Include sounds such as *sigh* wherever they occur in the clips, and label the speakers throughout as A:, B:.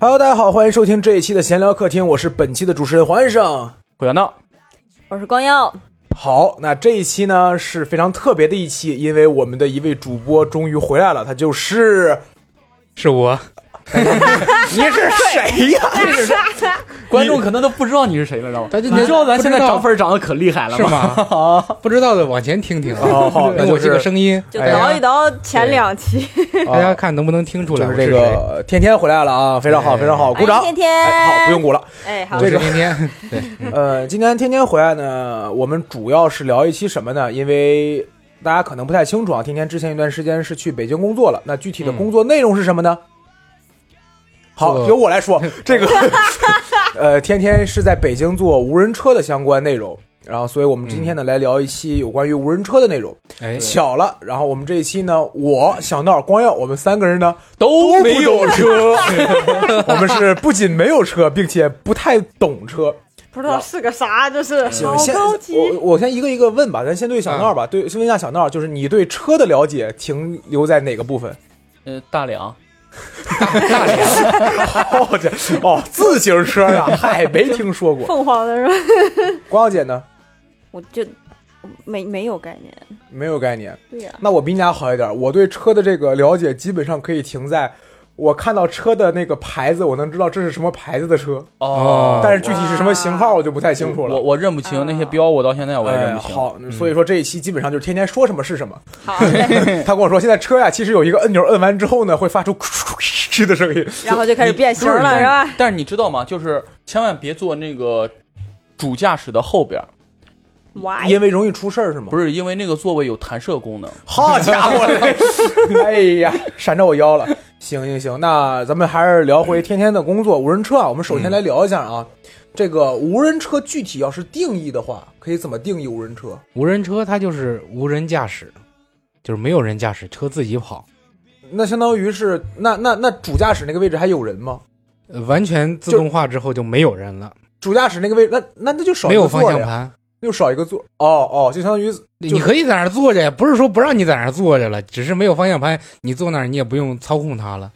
A: Hello，大家好，欢迎收听这一期的闲聊客厅，我是本期的主持人黄先生。
B: 会员呢？
C: 我是光耀，
A: 好，那这一期呢是非常特别的一期，因为我们的一位主播终于回来了，他就是
B: 是我。
A: 你是谁呀？
B: *laughs* 观众可能都不知道你是谁了，知道吗？
D: 咱今
B: 你
D: 天
B: 知道咱现在涨粉涨得可厉害了
D: 是？ *laughs* 吗？不知道的往前听听，
A: 哦
D: *laughs*
A: 好那就是
D: 我这个声音，
C: 就
A: 哎呀
C: 倒一倒前两期，
D: 大家看哎能不能听出来
A: 就
D: 我
A: 是
D: 谁？
A: 这个天天回来了啊，非常好，
D: 哎
A: 非常好，
C: 哎
A: 鼓掌。
C: 天天
A: 哎好，不用鼓了。
C: 哎，好
D: 我，
A: 这
D: 是
A: 个
D: 天
A: *laughs*
D: 天，
A: 呃，今天天天回来呢，我们主要是聊一期什么呢？因为大家可能不太清楚啊，天天之前一段时间是去北京工作了，那具体的工作内容是什么呢？好，
D: 做
A: 由我来说，这个， *laughs* 呃，天天是在北京做无人车的相关内容，然后，所以我们今天呢、来聊一期有关于无人车的内容。
D: 哎，
A: 巧了，然后我们这一期呢，我小闹光耀，我们三个人呢
B: 都
A: 没
B: 没有
A: 有车，我们是不仅没有车，并且不太懂车。
C: 不知道是个啥，就是
A: 哎行，
C: 好
A: 先
C: 高级。
A: 我我先一个一个问吧，咱先对小闹吧，对，先问一下小闹，就是你对车的了解停留在哪个部分？
B: 呃，大梁，
A: 哦，这哦，自行车呀，嗨，没听说过。
C: 凤凰的是吧？
A: *laughs* 光姐呢，
C: 我就没没有概念。
A: 没有概念。
C: 对呀、
A: 那我比你俩好一点，我对车的这个了解基本上可以停在。我看到车的那个牌子，我能知道这是什么牌子的车，
D: 哦
A: 但是具体是什么型啊号我就不太清楚了。
B: 我我认不
C: 啊
B: 清那些标，我到现在我也
A: 哎
B: 认不清。
A: 好，所以说这一期基本上就是天天说什么是什么。
C: 好 *laughs* 嘞，
A: 他跟我说，现在车呀，其实有一个按钮，摁完之后呢，会发出 *laughs* 咕噜咕噜咕噜的声音。
C: 然后就开始变形
B: 你
C: 了，是吧？？
B: 但是你知道吗？就是千万别坐那个主驾驶的后边儿，
C: 哇，
A: 因为容易出事儿是吗？
B: 不是因为那个座位有弹射功能。
A: *laughs* 好家伙嘞！ *laughs* 哎呀，闪着我腰了。行行行，那咱们还是聊回天天的工作，无人车啊。我们首先来聊一下啊，这个无人车具体要是定义的话，可以怎么定义无人车？
D: 无人车它就是无人驾驶，就是没有人驾驶，车自己跑，
A: 那相当于是那那那主驾驶那个位置还有人吗？
D: 呃完全自动化之后就没有人了，
A: 主驾驶那个位置，那那那就少
D: 没
A: 一
D: 有
A: 个
D: 方
A: 座了呀，
D: 向盘，
A: 又少一个座。哦哦，就相当于就
D: 你可以在那儿坐着呀，不是说不让你在那儿坐着了，只是没有方向盘，你坐那儿你也不用操控它了，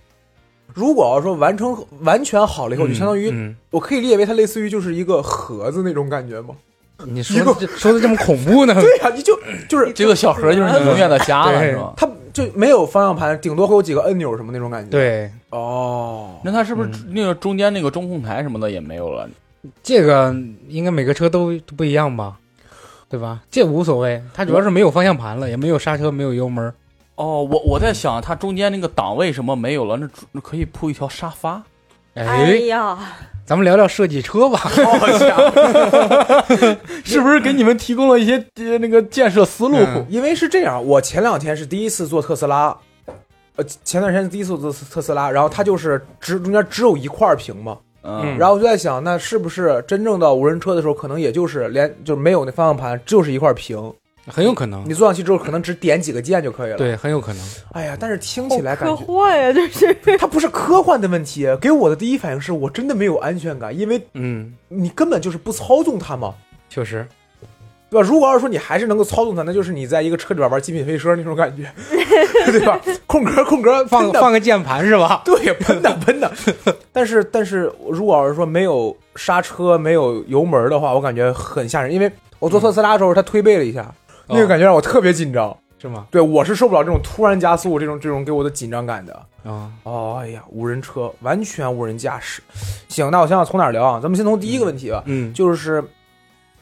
A: 如果要说完成完全好了以后，就相当于
D: 嗯
A: 我可以理解为它类似于就是一个盒子那种感觉吗？
D: 嗯你说的这说的这么恐
A: *laughs*
D: 怖呢？
A: 对呀、你就就是
B: 这个小盒就是你永远的家了，
D: 对
B: 是吧？
A: 它就没有方向盘，顶多会有几个按钮什么那种感觉。，
D: 对，
A: 哦，
B: 那它是不是
D: 嗯
B: 那个中间那个中控台什么的也没有了？
D: 这个应该每个车都都不一样吧，对吧？这无所谓，它主要是没有方向盘了，也没有刹车，没有油门。
B: 哦，我我在想，它中间那个档位什么没有了，那主那可以铺一条沙发。
C: 哎
D: 哎，
C: 呀，
D: 咱们聊聊设计车吧。
B: 是不是给你们提供了一些呃那个建设思路？
D: 嗯
A: 因为是这样，我前两天是第一次坐特斯拉，呃，前段时间是第一次坐特斯拉，然后它就是只中间只有一块屏嘛，
B: 嗯，
A: 然后我就在想，那是不是真正到无人车的时候，可能也就是连就是没有那方向盘，就是一块屏，
D: *laughs*
B: 嗯
D: 很有可能
A: 你，坐上去之后可能只点几个键就可以了。，
D: 对，很有可能。
A: 哎呀，但是听
C: 好
A: 起来感
C: 科
A: 觉。
C: 幻呀，
A: *laughs*
C: 这是。
A: 它不是科幻的问题，给我的第一反应是我真的没有安全感，因为
D: 嗯，
A: 你根本就是不操纵它嘛，
D: 确实，
A: 对吧？如果要是说你还是能够操纵它，那就是你在一个车里边玩极品飞车那种感觉， *laughs* 对吧？空格空格
D: 放
A: 喷的
D: 放个键盘是 *laughs* 吧？
A: 对喷的喷
D: *laughs*
A: 的，但是但是如果要是说没有刹车没有油门的话，我感觉很吓人，因为我坐特斯拉的时候它推背了一下，那个
D: 哦
A: 感觉让我特别紧张。
D: 是吗？
A: 对，我是受不了这种突然加速，这种这种给我的紧张感的。
D: 啊，
A: 哦，哎呀，无人车完全无人驾驶。行，那我想想从哪儿聊啊？咱们先从第一个问题吧，
D: 嗯，
A: 就是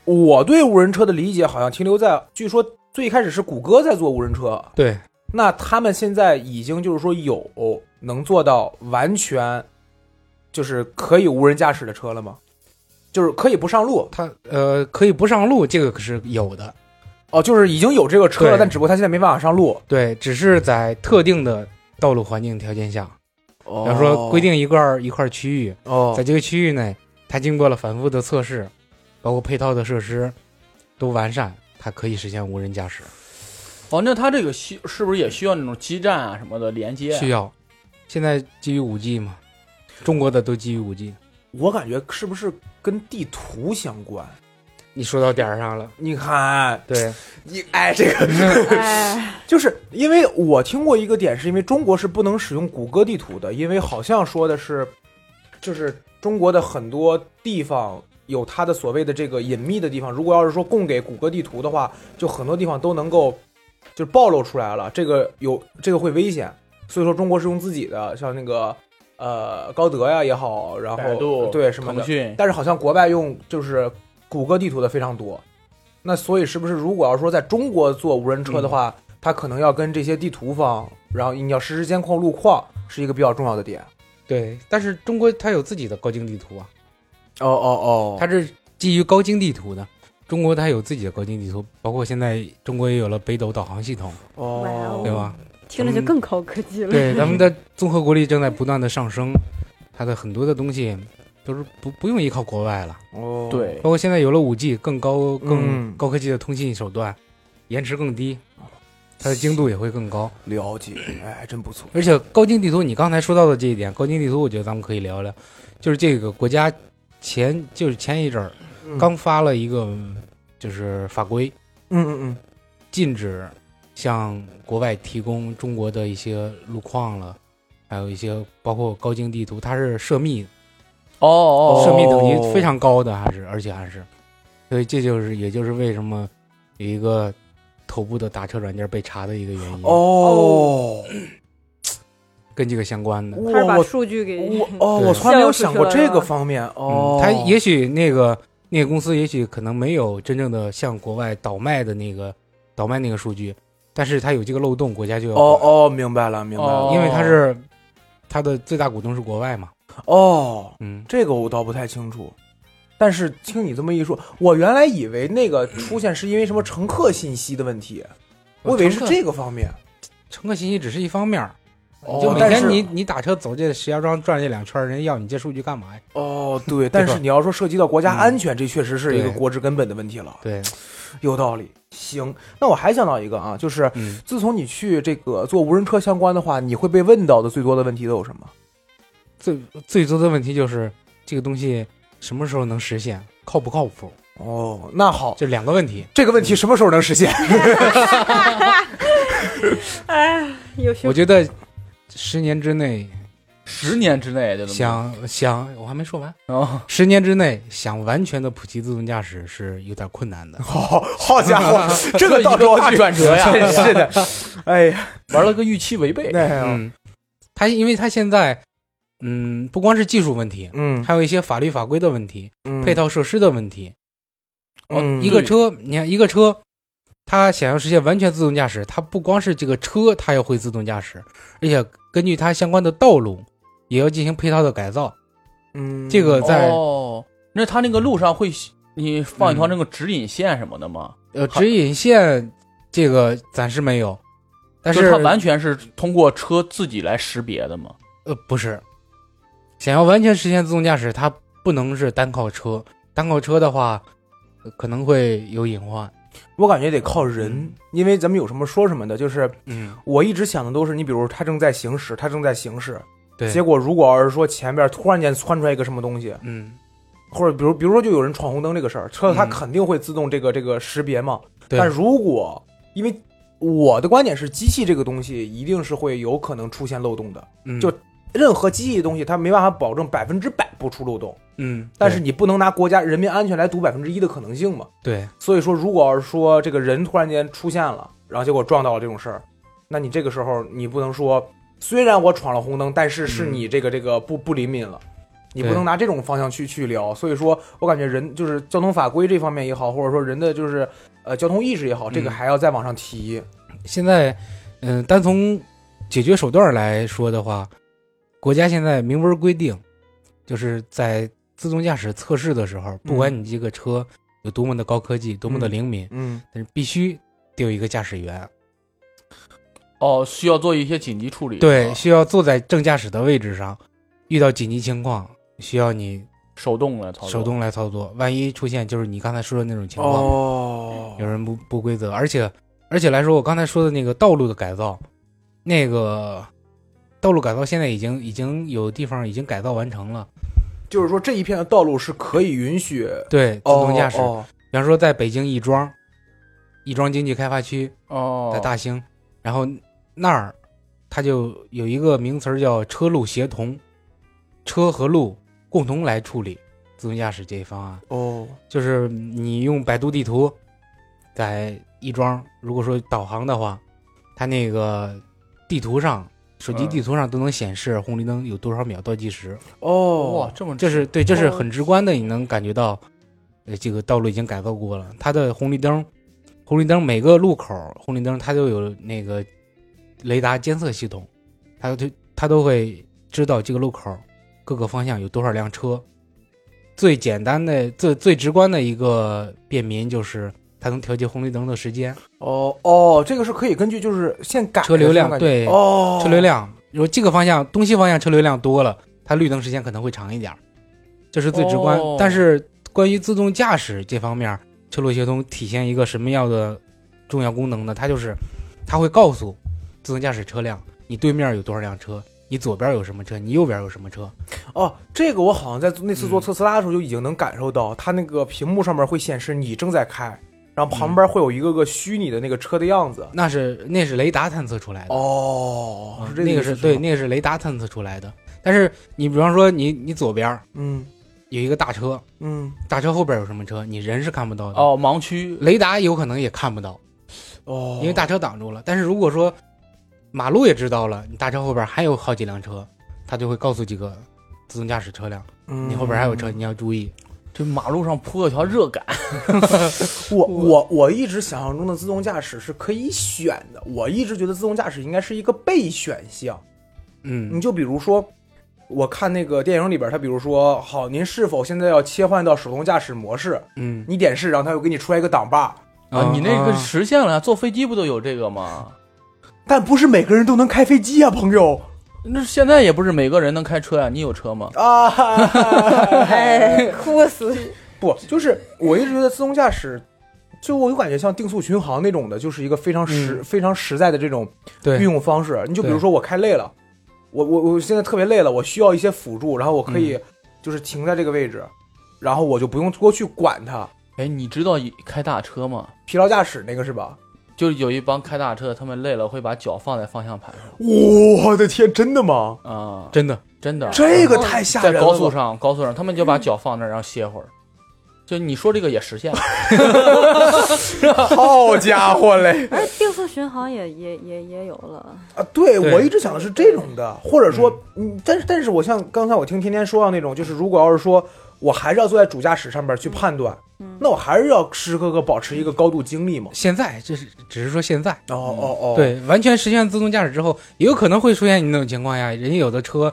A: 我对无人车的理解好像停留在，据说最开始是谷歌在做无人车，
D: 对，
A: 那他们现在已经就是说有能做到完全就是可以无人驾驶的车了吗？就是可以不上路
D: 它呃可以不上路，这个可是有的。
A: 哦，就是已经有这个车了，
D: 对
A: 但只不过它现在没办法上路。
D: 对，只是在特定的道路环境条件下，
A: 比
D: 比方说规定一块儿一块儿区域，
A: 哦
D: 在这个区域内，它经过了反复的测试，包括配套的设施都完善，它可以实现无人驾驶。
B: 哦，那它这个需是不是也需要那种基站啊什么的连接？
D: 需要，现在基于五 G 嘛，中国的都基于五 G。
A: 我感觉是不是跟地图相关？
D: 你说到点儿上了，
A: 你看，
D: 对，
A: 你哎，这
D: *laughs*
A: 个
C: 哎，
A: 就是因为我听过一个点，是因为中国是不能使用谷歌地图的，因为好像说的是就是中国的很多地方有它的所谓的这个隐秘的地方，如果要是说供给谷歌地图的话，就很多地方都能够就是暴露出来了，这个有这个会危险，所以说中国是用自己的，像那个呃高德呀也好，然
B: 百
A: 后
B: 度
A: 对什么
B: 腾
A: 的，
B: 讯
A: 但是好像国外用就是谷歌地图的非常多，那所以是不是如果要说在中国做无人车的话，它可能要跟这些地图方，然后你要实时监控路况是一个比较重要的点。
D: 对，但是中国它有自己的高精地图啊，
A: 哦哦
D: 它是基于高精地图的。中国它有自己的高精地图，包括现在中国也有了北斗导航系统，
A: 它
C: 哇哦
D: 对吧？
C: 听着就更高科技了。
D: *laughs*
A: 嗯
D: 对，咱们的综合国力正在不断的上升，它的很多的东西都是不不用依靠国外了，
A: 哦，
B: 对
D: 包括现在有了五 G，更高更
A: 嗯
D: 高科技的通信手段，延迟更低，它的精度也会更高。
A: 了解，哎，还真不错。
D: 而且高精地图，你刚才说到的这一点，高精地图，我觉得咱们可以聊聊，就是这个国家前就是前一阵儿
A: 嗯
D: 刚发了一个嗯就是法规，
A: 嗯嗯嗯，
D: 禁止向国外提供中国的一些路况了，还有一些包括高精地图，它是涉密，
B: 哦哦，
D: 涉密等级非常高的，还是而且还是，所以这就是也就是为什么有一个头部的打车软件被查的一个原因，
A: 哦，
D: 跟这个相关的。
C: 他是
A: 我
C: 把
A: 我
C: 数据给
A: 我哦，
D: 对
A: 我从来没有想过这个方面哦
D: 嗯，。他也许那个那个公司也许可能没有真正的向国外倒卖的那个倒卖那个数据，但是它有这个漏洞，国家就要
A: 哦哦，明白了明白了
D: 管因为它是它的最大股东是国外嘛，
A: 哦。
D: 嗯，
A: 这个我倒不太清楚，但是听你这么一说，我原来以为那个出现是因为什么乘客信息的问题，我以为是
D: 哦乘客
A: 这个方面。
D: 乘客信息只是一方面儿，
A: 哦
D: 就每
A: 但
D: 天
A: 是
D: 你你打车走这石家庄转这两圈儿，人家要你这数据干嘛呀？
A: 哦，对，但是你要说涉及到国家安全，这确实是一个
D: 嗯对
A: 国之根本的问题了，
D: 对，
A: 有道理。行，那我还想到一个啊，就是
D: 嗯，
A: 自从你去这个做无人车相关的话，你会被问到的最多的问题都有什么？
D: 最最多的问题就是这个东西什么时候能实现，靠不靠谱？
A: 哦，那好，
D: 这两个问题，
A: 这个问题什么时候能实现？。
C: 哎，有
D: 我
C: 学
D: 觉得十年之内
B: 十年之内就这么
D: 想想，我还没说完。
B: 哦
D: 十年之内想完全的普及自动驾驶是有点困难的
A: 好，好家
D: *laughs*
A: 伙，这个到时候
B: 大转折呀
A: 真是的，哎
D: *laughs*
A: 呀，
B: 玩了个预期违背，
A: 那样，啊
D: 嗯，它因为它现在，嗯，不光是技术问题，
A: 嗯，
D: 还有一些法律法规的问题、
A: 嗯
D: 配套设施的问题。哦
A: 嗯
D: 一个车，你看一个车，它想要实现完全自动驾驶，它不光是这个车它要会自动驾驶，而且根据它相关的道路也要进行配套的改造。
A: 嗯，
D: 这个在嗯
B: 哦，那他那个路上会你放一条那个指引线什么的吗？
D: 呃，
B: 好
D: 指引线这个暂时没有，但
B: 就是
D: 是
B: 它完全是通过车自己来识别的吗？
D: 呃，不是，想要完全实现自动驾驶，它不能是单靠车，单靠车的话，呃可能会有隐患。
A: 我感觉得靠人
D: 嗯，
A: 因为咱们有什么说什么的。就是
D: 嗯，
A: 我一直想的都是，你比如他正在行驶，他正在行驶，
D: 对，
A: 结果如果要是说前边突然间窜出来一个什么东西，
D: 嗯，
A: 或者比如比如说就有人闯红灯这个事儿，车它
D: 嗯
A: 肯定会自动这个这个识别嘛。
D: 对
A: 但如果因为我的观点是，机器这个东西一定是会有可能出现漏洞的。
D: 嗯
A: 就任何机器的东西，它没办法保证百分之百不出漏洞，
D: 嗯，
A: 但是你不能拿国家人民安全来赌百分之一的可能性嘛。
D: 对
A: 所以说，如果要是说这个人突然间出现了，然后结果撞到了这种事儿，那你这个时候你不能说，虽然我闯了红灯，但
D: 嗯
A: 是是你这个这个不不灵敏了。你不能拿这种方向去去聊，所以说我感觉人就是交通法规这方面也好，或者说人的就是呃交通意识也好，这个
D: 嗯
A: 还要再往上提。
D: 对现在，嗯、单从解决手段来说的话，国家现在明文规定，就是在自动驾驶测试的时候，
B: 嗯
D: 不管你这个车有多么的高科技，多么的灵敏，
A: 嗯，
D: 但是必须得有一个驾驶员，
B: 哦，需要做一些紧急处理，
D: 对，
B: 是吧
D: 需要坐在正驾驶的位置上，遇到紧急情况需要你
B: 手动来操作，
D: 手动来操作，万一出现就是你刚才说的那种情况，
A: 哦
D: 有人不不规则，而且而且来说，我刚才说的那个道路的改造，那个道路改造现在已经已经有地方已经改造完成了，
A: 就是说这一片的道路是可以允许
D: 对，自动驾驶，
A: 哦
D: 比方说在北京亦庄，亦庄经济开发区
B: 哦
D: 在，大兴，然后那儿它就有一个名词儿叫车路协同，车和路共同来处理自动驾驶这一方案。
A: 哦，
D: 就是你用百度地图，在亦庄，如果说导航的话，它那个地图上，手机
A: 嗯
D: 地图上都能显示红绿灯有多少秒到计时。
B: 哇，
A: 哦，
B: 这么
D: 这是对，这是
C: 哦
D: 很直观的，你能感觉到，呃，这个道路已经改造过了。它的红绿灯，红绿灯每个路口红绿灯它都有那个雷达监测系统，它就它都会知道这个路口各个方向有多少辆车。最简单的、最最直观的一个便民就是它能调节红绿灯的时间、
A: 哦，哦，这个是可以根据就是现改的
D: 车流
A: 这种
D: 量，
A: 感觉，
D: 对，
A: 哦，
D: 车流量，如果这个方向东西方向车流量多了，它绿灯时间可能会长一点儿，这是最直观。
B: 哦
D: 但是关于自动驾驶这方面儿，车路协同体现一个什么样的重要功能呢？它就是它会告诉自动驾驶车辆，你对面有多少辆车，你左边有什么车，你右边有什么车。
A: 哦，这个我好像在那次做
D: 嗯
A: 特斯拉的时候就已经能感受到，它那个屏幕上面会显示你正在开，然后
D: 嗯
A: 旁边会有一个个虚拟的那个车的样子。
D: 那是那是雷达探测出来的。
A: 哦，是这
D: 那
A: 意
D: 个
A: 思
D: 是
A: 吗
D: 对，，那个是雷达探测出来的。但是你比方说你你左边儿
A: 嗯
D: 有一个大车，
A: 嗯，
D: 大车后边有什么车，你人是看不到的，
B: 哦，盲区
D: 雷达有可能也看不到。
A: 哦，
D: 因为大车挡住了。但是如果说马路也知道了，你大车后边还有好几辆车，它就会告诉几个自动驾驶车辆，
A: 嗯
D: 你后边还有车，。你要注意。
B: 这马路上铺了条热感，
A: 我我我一直想象中的自动驾驶是可以选的，我一直觉得自动驾驶应该是一个备选项。你
D: 嗯，
A: 就比如说，我看那个电影里边，它比如说，好，您是否现在要切换到手动驾驶模式？
D: 嗯
A: 你点是，然后它又给你出来一个挡把，
B: 啊，你那个
D: 啊
B: 实现了呀，坐飞机不都有这个吗？
A: 但不是每个人都能开飞机啊，朋友
B: 那现在也不是每个人能开车呀，你有车吗？
A: 啊！ *laughs*
C: 哎，哭死！
A: 不，就是我一直觉得自动驾驶，就我有感觉像定速巡航那种的，就是一个非常实、非常实在的这种运
D: 对，
A: 用方式。你就比
D: 对
A: 如说我开累了，我我我现在特别累了，我需要一些辅助，然后我可以就是停在这个位置，然后我就不用多去管它。
B: 哎，你知道开大车吗？
A: 疲劳驾驶那个是吧？
B: 就是有一帮开大车的，他们累了会把脚放在方向盘上
A: 我的天，真的吗？嗯
B: 啊、
D: 真的，
B: 真的，
A: 这个太吓
B: 在
A: 人了吧！
B: 高速上，高速上他们就把脚放那儿，然后歇会儿。就你说这个也
A: *laughs*
B: 实现了，
A: 好家伙嘞！
C: 而定速巡航也也也也有了，
A: 啊，对
D: 对
A: 我一直想的是这种的，或者说，嗯，但是但是我像刚才我听天天说到那种，就是如果要是说我还是要坐在主驾驶上面去判断，
C: 嗯，
A: 那我还是要时时刻刻保持一个高度精力嘛。
D: 现在这是只是说现在，
A: 哦哦哦，，
D: 嗯对，完全实现自动驾驶之后，也有可能会出现那种情况呀，人家有的车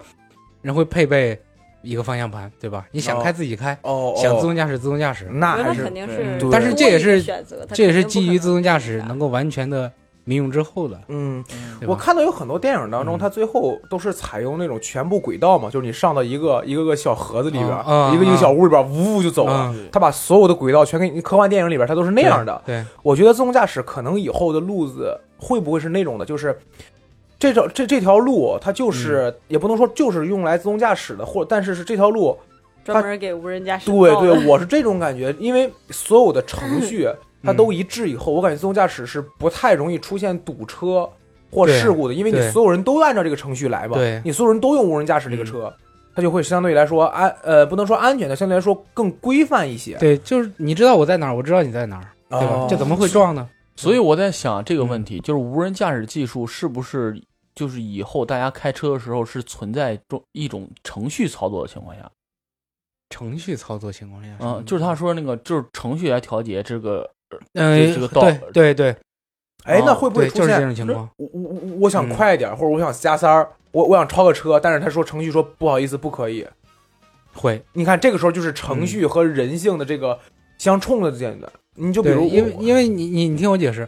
D: 人会配备一个方向盘，对吧？你想
A: 哦
D: 开自己开，
A: 哦，
D: 想
A: 哦
D: 自动驾驶自动驾驶，
A: 那
C: 那
A: 还
C: 肯
A: 是
C: 定
B: 对
C: 是
A: 对
C: 多
A: 但
D: 是
C: 一
D: 这也
C: 个
D: 是
C: 选择，它
D: 这也是
C: 肯定
D: 基
C: 不
D: 于
C: 可
D: 自动驾驶
C: 能
D: 能够完全的民用之后的。
A: 嗯，
D: 对吧
A: 我看到有很多电影当中，
D: 嗯
A: 它最后都是采用那种全部轨道嘛，就是你上到一个一个个小盒子里边，
D: 啊啊
A: 一个一个
D: 啊
A: 小屋里边，呜呜就走了。
D: 嗯
A: 它把所有的轨道全给你，科幻电影里边它都是那样的。
D: 对，
A: 我觉得自动驾驶可能以后的路子会不会是那种的，就是这条这这条路，它
D: 嗯
A: 就是、也不能说就是用来自动驾驶的，或但是是这条路，
C: 专门给无人驾驶
A: 对
C: 造的
A: 对，我是这种感觉，因为所有的程序
D: 嗯
A: 它都一致以后，我感觉自动驾驶是不太容易出现堵车或
D: 对
A: 事故的，因为你
D: 对
A: 所有人都按照这个程序来吧，
D: 对嗯
A: 你所有人都用无人驾驶这个车。它就会相对来说安呃不能说安全的，相对来说更规范一些，
D: 对，就是你知道我在哪儿，我知道你在哪儿，对吧？
A: 哦
D: 这怎么会撞呢？
B: 所以我在想这个问题，就是无人驾驶技术是不是就是以后大家开车的时候是存在中一种程序操作的情况下，
D: 程序操作情况下，
B: 嗯，就是他说那个就是程序来调节这个，
D: 嗯
B: 这是个，道
D: 对对对
A: 哎，那
B: 哦
A: 会不会
D: 对，
A: 出
D: 就是
A: 现
D: 这种情况。
A: 我我我我想
D: 嗯
A: 快一点，或者我想加塞儿，我我想超个车，但是他说程序说不好意思不可以。
D: 会，
A: 你看这个时候就是
D: 嗯
A: 程序和人性的这个相冲的阶段。你就比
D: 对
A: 如，
D: 因为
A: 我
D: 因为你你你听我解释，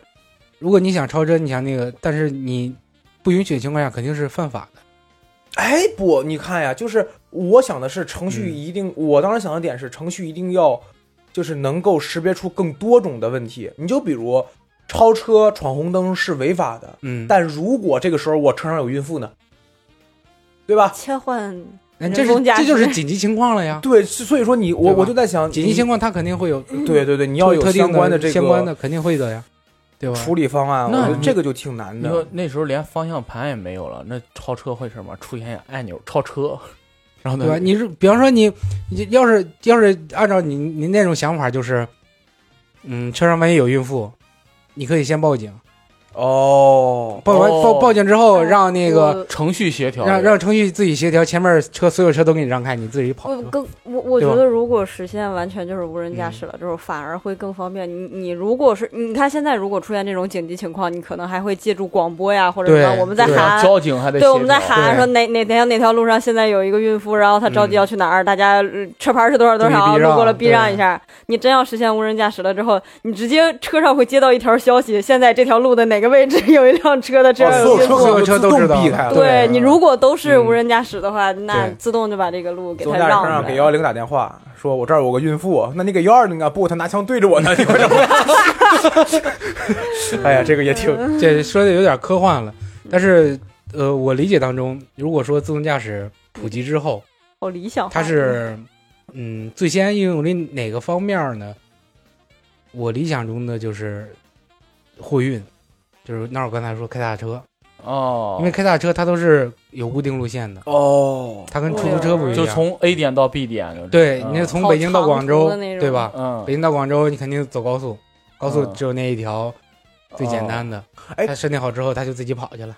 D: 如果你想超车，你想那个，但是你不允许的情况下，肯定是犯法的。
A: 哎不，你看呀，就是我想的是程序
D: 嗯
A: 一定，我当时想的点是程序一定要就是能够识别出更多种的问题。你就比如超车闯红灯是违法的，
D: 嗯，
A: 但如果这个时候我车上有孕妇呢，对吧？
C: 切换
D: 那哎这
C: 人
D: 是
C: 工驾
D: 这
C: 驶
D: 就是紧急情况了呀。
A: 对，是所以说你我
D: 对吧
A: 我就在想
D: 紧急
A: 你
D: 情况它肯定会有
A: 对对对，你嗯要有
D: 特定
A: 相关的这个
D: 相关的肯定会的呀，对吧？
A: 处理方案，我
B: 那
A: 觉得
B: 你
A: 这个就挺难
B: 你说
A: 的。
B: 那时候连方向盘也没有了，那超车会什么？出现按钮超车，然后呢
D: 对吧？你是比方说你，你要是要是按照您您那种想法，就是，嗯，车上万一有孕妇，你可以先报警，
A: 哦，
D: 报完
B: 哦
D: 报报警之
C: 嗯
D: 后，让那个
B: 程序协调，
D: 让让程序自己协调，前面车所有车都给你让开，你自己跑
C: 我。我更我我
D: 对吧
C: 觉得，如果实现完全就是无人驾驶了之后，反而会更方便。你你如果是你看现在如果出现这种紧急情况，你可能还会借助广播呀，或者
D: 对
C: 什么我们在
D: 对
C: 喊。
B: 啊交警还得
C: 对，我们在
B: 协调
C: 喊
D: 对
C: 说哪哪条哪条路上现在有一个孕妇，然后她着急
D: 嗯
C: 要去哪儿，大家呃车牌是多少多
D: 注意
C: 少，
D: 避让
C: 路过了避
D: 对
C: 让一下。你真要实现无人驾驶了之后，你直接车上会接到一条消息，现在这条路的哪个位置 *laughs* 有一辆车的车
A: 哦
C: 有
A: 所有
C: 孕妇。
A: 车
D: 所有车都知道
A: 自动避开了
C: 对
D: 对
C: 你如果都是
D: 嗯
C: 无人驾驶的话，那
D: 对
C: 自动就把这个路给
A: 自
C: 它
A: 动驾驶
C: 让
A: 车
C: 出
A: 上
C: 来
A: 给幺幺零打电话，说我这儿有个孕妇，那你给幺二零啊？不，他拿枪对着我呢，你快点过来！ *laughs* 哎呀，这个也
D: *laughs*
A: 挺
D: 这说的有点科幻了，但是呃，我理解当中，如果说自动驾驶普及之后，
C: 好理想化。
D: 它是嗯最先应用于哪个方面呢？我理想中的就是货运，就是那我刚才说开大车，
B: 哦，
D: 因为开大车它都是有固定路线的，
A: 哦，
D: 它跟出租车不一
B: 就
D: 样。
B: 从 A 点到 B 点就是，
D: 对，
B: 嗯
D: 你从北京到广
C: 好
D: 州
C: 哦长途的那，种
D: 对吧？
B: 嗯
D: 北京到广州，你肯定走高速，高速
B: 嗯
D: 只有那一条最简
B: 哦
D: 单的。
A: 哎
D: 它设定好之后，它就自己跑去了。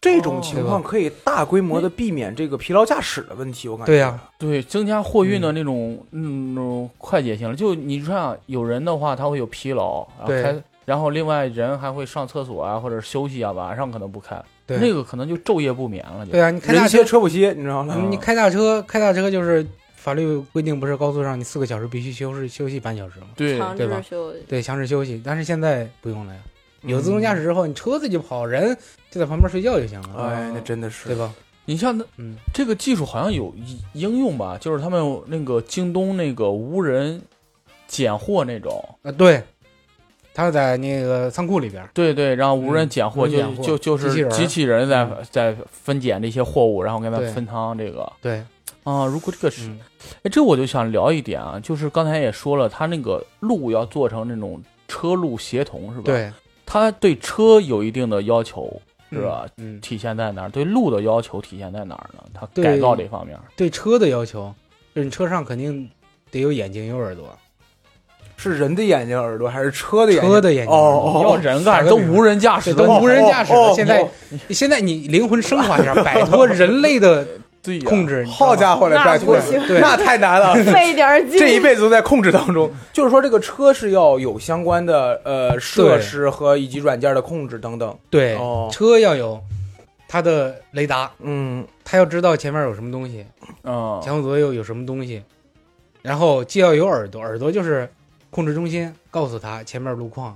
A: 这种情
D: 哦
A: 况可以大规模的避免这个疲劳驾驶的问题，我感觉。
D: 对呀
B: 对，增加货运的那种、嗯、那种快捷性了。就你看啊，有人的话，他会有疲劳，然后
D: 对
B: 开，然后另外人还会上厕所啊，或者休息啊，晚上可能不开，
D: 对，
B: 那个可能就昼夜不眠了。就
D: 对啊，你开
A: 人
D: 大
A: 歇
D: 车，
A: 车不歇，你知道吗？
B: 嗯
D: 你开大车，开大车就是法律规定，不是高速上你四个小时必须休息休息半小时吗？
B: 对
C: 强
D: 对吧
C: 制修
D: 对，强制休息。但是现在不用了呀，有自动
B: 嗯
D: 驾驶之后，你车自己跑，人就在旁边睡觉就行了，
B: 啊
A: 哎，那真的是
D: 对吧？
B: 你像那
D: 嗯，
B: 这个技术好像有一应用吧，就是他们那个京东那个无人拣货那种。
D: 啊，对，它在那个仓库里边儿。
B: 对对，然后无人
D: 嗯
B: 拣货
D: 无人
B: 就
D: 拣
B: 就
D: 货
B: 就是
D: 机器人儿
B: 机器人在
D: 嗯
B: 在分拣这些货物，然后给它
D: 对
B: 分仓这个
D: 对，
B: 啊。如果这个是
D: 嗯，
B: 哎，这我就想聊一点啊，就是刚才也说了，它那个路要做成那种车路协同，是吧？，
D: 对，
B: 它对车有一定的要求，是吧？
D: 嗯，
B: 体现在哪儿？对路的要求体现在哪儿呢？它
D: 对
B: 改造这方面，
D: 对车的要求，就是你车上肯定得有眼睛有耳朵，
A: 是人的眼睛、耳朵还是车的眼睛？
D: 车的眼睛
A: 哦哦
B: 要人干
D: 打
B: 都
D: 个比方
B: 无人驾驶
D: 这
B: 的，
D: 都
A: 哦
D: 无人驾驶
A: 哦
D: 了。
A: 哦
D: 现在
A: 哦
D: 现在你灵魂升华一下，摆脱人
A: *laughs*
D: 类的
B: 对呀
D: 控制，你知道吗
A: 好家伙嘞，
C: 那
A: 拜托
C: 不行，
D: 对
A: 那太难了。
C: *laughs* 费点儿劲。
A: *laughs* 这一辈子都在控制当中，就是说这个车是要有相关的呃设施和以及软件的控制等等。
D: 对
A: 哦
D: 车要有它的雷达，
A: 嗯，
D: 它要知道前面有什么东西，
A: 哦
B: 嗯，
D: 前后左右有什么东西，然后既要有耳朵，耳朵就是控制中心，告诉他前面路况，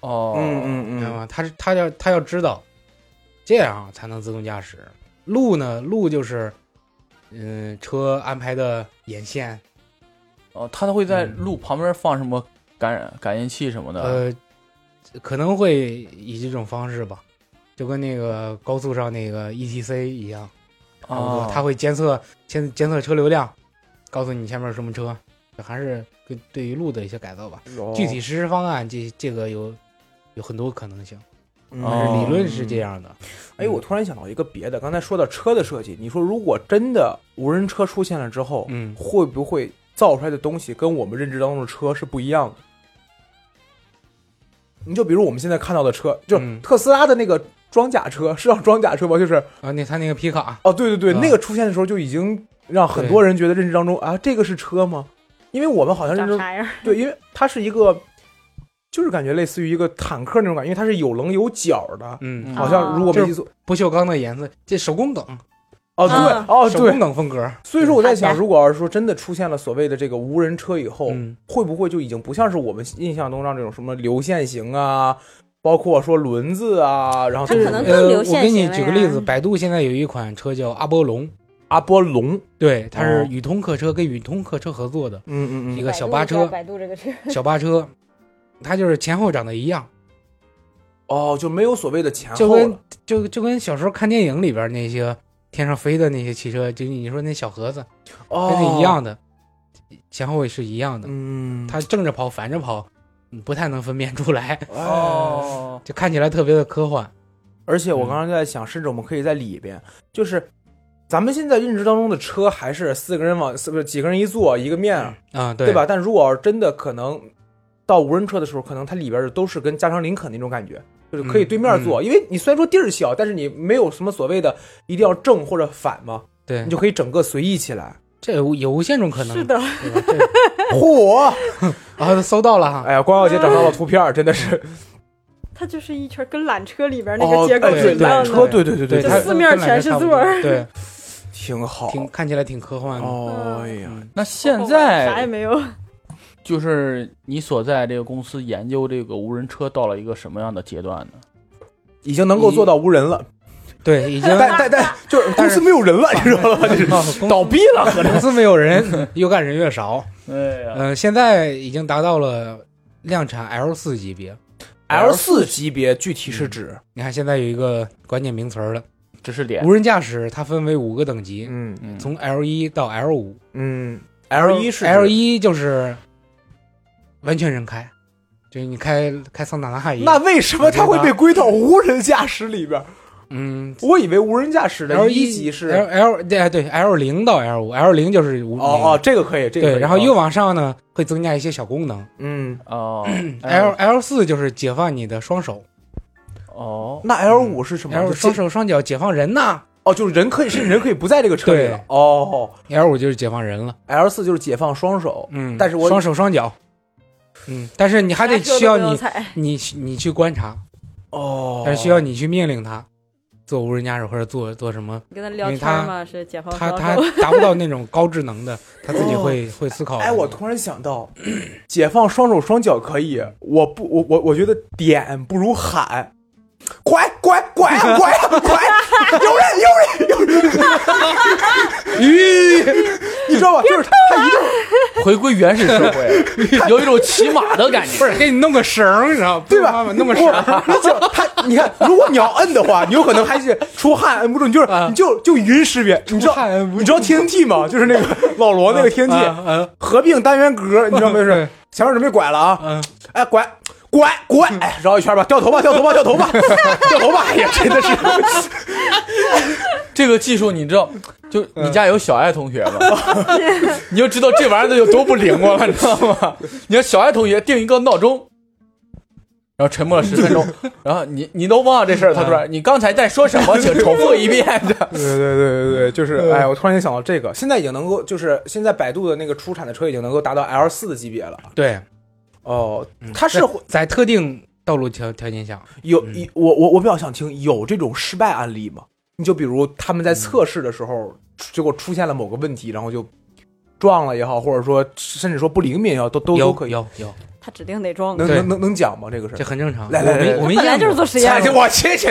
B: 哦，
A: 嗯嗯
D: 知道
A: 嗯，
D: 吗？他是他要他要知道，这样才能自动驾驶。路呢，路就是，嗯，车安排的眼线，
B: 哦，它会在
D: 嗯
B: 路旁边放什么感染感应器什么的，
D: 呃，可能会以这种方式吧，就跟那个高速上那个 E T C 一样，差不多，
B: 哦
D: 它会监测监监测车流量，告诉你前面有什么车，这还是跟对于路的一些改造吧。
A: 哦
D: 具体实施方案，这这个有有很多可能性，
A: 嗯
D: 但是理论是
A: 嗯
D: 这样的。
A: 哎，我突然想到一个别的，刚才说到车的设计，你说如果真的无人车出现了之后，
D: 嗯，
A: 会不会造出来的东西跟我们认知当中的车是不一样的？你就比如我们现在看到的车，就
D: 嗯
A: 特斯拉的那个装甲车，是叫装甲车吗？就是
D: 啊，那他那个皮卡，
A: 哦，对对对，
D: 啊
A: 那个出现的时候就已经让很多人觉得认知当中啊，这个是车吗？因为我们好像认
C: 长
A: 知
C: 啥样？
A: 对，因为它是一个，就是感觉类似于一个坦克那种感觉，因为它是有棱有角的，
D: 嗯，
A: 好
C: 啊
A: 像如果没记错，
D: 不锈钢的颜色，这手工梗，
A: 哦对
C: 啊
A: 哦
D: 手工
A: 对，
D: 梗风格，
A: 所以说我在想，
C: 好家
A: 如果要是说真的出现了所谓的这个无人车以后，
D: 嗯，
A: 会不会就已经不像是我们印象中让这种什么流线型啊，包括说轮子啊，然后
C: 它
A: 这
C: 可
A: 种
C: 能
D: 呃
C: 更流，
D: 我
C: 线
D: 给
C: 型
D: 你
C: 了
D: 举个
C: 呀
D: 例子，百度现在有一款车叫阿波龙，
A: 阿波龙，
D: 对，它
B: 哦
D: 是宇通客车跟宇通客车合作的 *laughs*
A: 嗯
D: 一
A: 嗯
D: 个小巴车，
C: 度这个车，
D: 小巴车，它就是前后长得一样，
A: 哦，就没有所谓的前
D: 就
A: 后
D: 跟
A: 了，
D: 就就跟小时候看电影里边那些天上飞的那些汽车，就你说那小盒子，
A: 哦
D: 跟，那一，样的，前后是一样的，
A: 嗯，
D: 它正着跑，反着跑，你不太能分辨出来， *laughs*
A: 哦。
B: 哦，
D: 就看起来特别的科幻。
A: 而且我
D: 嗯
A: 刚刚就在想，甚至我们可以在里边，就是咱们现在认知当中的车还是四个人往四不是几个人一坐一个面儿，
D: 啊，对
A: 对？吧？但如果要是真的可能到无人车的时候，可能它里边儿都是跟加长林肯那种感觉，就是可以
D: 嗯
A: 对面坐，因为你虽然说地儿小，但是你没有什么所谓的一定要正或者反嘛，
D: 对
A: 你，就可以整个随意起来。
D: 这有无限种可能。
C: 是的，
D: 对吧，这
A: 嚯！
D: 啊，搜到了哈。
A: 哎呀，光耀姐找到了图片儿，真的是
C: 它就是一圈跟缆车里边那个结构
A: 哦哎
C: 是
A: 对
C: 一样
A: 缆
D: 对
A: 车，
C: 的。
A: 对对对
D: 对，
C: 就
D: 它
A: 它
C: 四面
D: 跟
C: 全是
D: 差不
C: 座儿
D: 多对，
A: 挺好。
D: 挺看起来挺科幻的。
A: 哦，哎呀，
D: 嗯
B: 那现
C: 啥也
B: 在
C: 没有，
B: 就是你所在这个公司研究这个无人车到了一个什么样的阶段呢？
A: 已经能够做到无人了，
D: 对，已经
A: *laughs* 但但但就是哦公
D: 但是
A: 司没有人了，你知道吗？就是
D: 啊公
A: 倒闭了，合着
D: 公司没有人， *laughs* 又干人越少。
B: 哎
A: 啊
B: 呀，
D: 嗯，现在已经达到了量产 L 四级别。
A: L 四嗯级别具体是指，
D: 你看，现在有一个关键名词儿了，
B: 这是点，
D: 无人驾驶，它分为五个等级，
A: 嗯
B: 嗯，
D: 从 L 一到 L 五。
A: 嗯，L 一是
D: L 一就是完全人开，就是你开开桑塔纳一样。
A: 那为什么它会被归到无人驾驶里边？
D: 嗯
A: 我以为无人驾驶的
D: L
A: 一级是
D: L L 对对 L 零到 L 五，L 零就是无
A: 哦哦，这个可以，这个可
D: 对，
A: 以
D: 然后又往上呢会增加一些小功能。
A: 嗯，
B: 哦
D: L L 四就是解放你的双手
B: 哦，
A: 那嗯 L 五是什么
D: ，L
A: 就
D: 双
A: 是
D: 手双脚解放人呐。
A: 哦，就是人可以，甚至人可以不在这个车里了
D: 对。
A: 哦
D: L 五就是解放人了，
A: ，L 四就是解放双手，
D: 嗯，
A: 但是我
D: 双手双脚，嗯，但是你还得
C: 刹车都
D: 需要
C: 不用
D: 你
C: 踩
D: 你你去观察，
A: 哦，
D: 但是需要你去命令他做无人驾驶或者做做什么，
C: 你跟他聊
D: 因为
C: 天
D: 它
C: 嘛，是解放
D: 他
C: 高
D: 他
C: 手
D: 达不到那种高智能的，他自己会会思考。
A: 哎，我突然想到， *clears throat* 解放双手双脚可以，我不，我我我觉得点不如喊，拐拐拐啊拐啊拐啊，有人有人有人，
D: 咦，
A: 你知道吧？就是他一定
B: 回归原始社
D: *laughs*
B: 会，有一种骑马的感
D: 不
B: 觉。
D: 是给你弄个绳儿，你知道
A: 对吧
D: 妈妈？弄个绳
A: 不，
D: 儿，
A: 你只要他，你看，如果你要摁的话，你有可能还是出汗摁不住，你就是
D: 啊
A: 你就就语音识别，你知道
D: 出汗摁不住
A: 你知道 TNT 吗？就是那个老罗那个 *laughs* TNT
D: 嗯嗯，
A: 合并单元格，你知道吗？就是
D: 对
A: 前面准备拐了啊，
D: 嗯，
A: 哎，拐拐拐，哎，绕一圈吧，掉头吧，掉头吧，掉头 *laughs* 吧，掉头吧，哎呀，真的是，
B: 这个技术你知道，就你家有小爱同学
C: *laughs*
B: 吗？你就知道这玩意儿有多不灵光了，你知道吗？你看小爱同学定一个闹钟，然后沉默了十分 *laughs* 钟，然后你你都忘了这事儿，他突然你刚才在说什么？请重复一遍。
A: 对对对对对，就是，哎，我突然间想到这个，现在已经能够，就是现在百度的那个出产的车已经能够达到 L 四的级别了。
D: 对，嗯
A: 哦，它是会
D: 在特定道路条条件下，
A: 有
D: 嗯
A: 一我我我比较想听有这种失败案例吗？你就比如他们
D: 嗯
A: 在测试的时候，结果出现了某个问题，然后就撞了也好，或者说甚至说不灵敏也好，都都都
D: 有
A: 可以。
D: 有有，
C: 他指定得装。
A: 能
D: 对
A: 能能能讲吗？这个事
D: 这
A: 儿？
D: 很正常。
A: 来来
D: 我没
A: 来来
D: 我没
C: 本来
D: 见
C: 就是
D: 过，
C: 做实
A: *laughs*
C: 验的，
A: 我去去，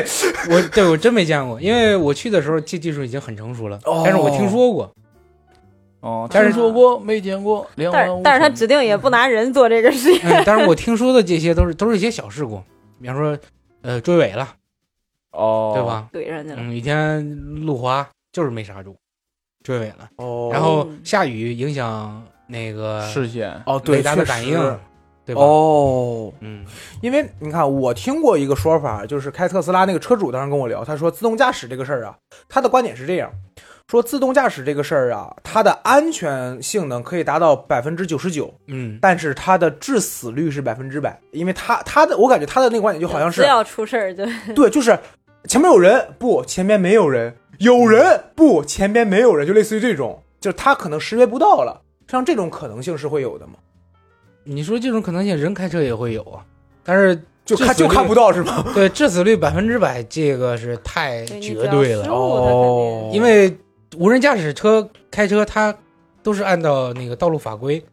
D: 我对我真没见过，因为我去的时候这技术已经很成熟了，
A: 哦
D: *laughs* 但是我听说过，
B: *laughs* *laughs* 哦，
D: 但
B: 但
D: 是
B: 是说过没见过，连
C: 但是但是他指定也不拿人做这个实验。
D: 嗯，但是我听说的这些都是都是一些小事故，比方说呃追尾了，
B: 哦，
D: 对？吧？
C: 怼上去了，
D: 嗯，一天路滑就是没刹住，追尾了，
A: 哦
D: 然后下雨影响那个
B: 视
C: 哎
B: 线
A: 哦，对，
D: 雷达
A: 确
D: 的
A: 实
D: 感应，对吧？
A: 哦，
D: 嗯，
A: 因为你看，我听过一个说法，就是开特斯拉那个车主当时跟我聊，他说自动驾驶这个事儿啊，他的观点是这样，说自动驾驶这个事儿啊，它的安全性能可以达到百分之九十九，
D: 嗯，
A: 但是它的致死率是百分之百，因为他他的我感觉他的那个观点就好像
C: 只
A: 是
C: 要出事儿就
A: 对，就是前面有人不，前面没有人，有人不，前面没有人，就类似于这种，就是他可能识别不到了，像这种可能性是会有的嘛，
D: 你说这种可能性，人开车也会有啊，但是
A: 就看就看不到是
D: *laughs*
A: 吗？
D: 对致死率百分之百，这个是太
C: 对你
D: 绝
C: 只要
D: 对哦了
C: 失。误他肯定
D: 因为无人驾驶车开车，它都是按照那个道路法规，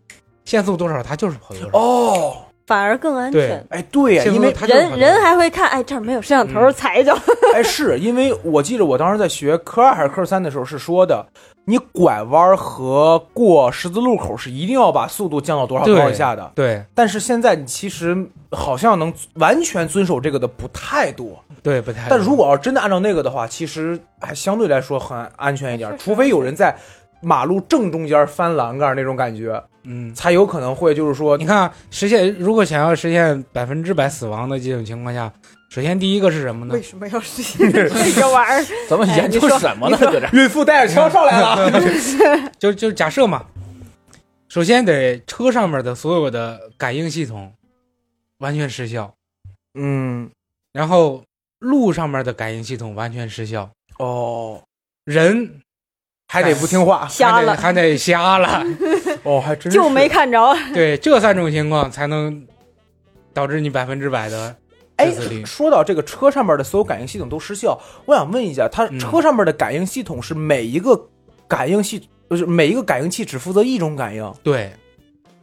D: 限速多少它就是跑多少。
A: 哦，
C: 反而更安全。
A: 哎，对呀，
D: 限速
A: 因为
D: 它就是跑
C: 人
D: 多少
C: 人还会看，哎，这儿没有摄像头，
D: 嗯
C: 踩一脚。
A: 哎，是因为我记得我当时在学科二还是科三的时候是说的，你拐弯儿和过十字路口是一定要把速度降到多少多少以下的。
D: 对
A: 但是现在你其实好像能完全遵守这个的不太多。
D: 对不太。
A: 但如果要真的按照那个的话，其实还相对来说很安全一点，除非有人在马路正中间翻栏杆儿那种感觉，
D: 嗯，
A: 才有可能会就是说
D: 你看啊实现如果想要实现百分之百死亡的这种情况下，首先第一个是什么
C: *laughs*
D: 呢
C: 为？什么要实
D: *laughs*
C: 现这个玩意儿？
B: 咱们
C: 哎
B: 研究
C: 你说
B: 什么呢？
C: 你说
B: 搁这儿
A: 孕妇带着枪上来了，
D: 就就假设嘛，首先得车上面的所有的感应系统完全失效，
A: *laughs* 嗯，
D: 然后路上面的感应系统完全失效，
A: 哦，
D: 人
A: 还得不听话，
C: 瞎了
D: 还得还得
A: *laughs*
D: 瞎了，
A: 哦，还真是
C: 就没看着。
D: 对，这三种情况才能导致你百分之百的
A: 哎
D: 自制力，
A: 说到这个车上面的所有感应系统都失效，我想问一下，它
D: 嗯
A: 车上面的感应系统是每一个感应系，就是每一个感应器只负责一种感应。
D: 对，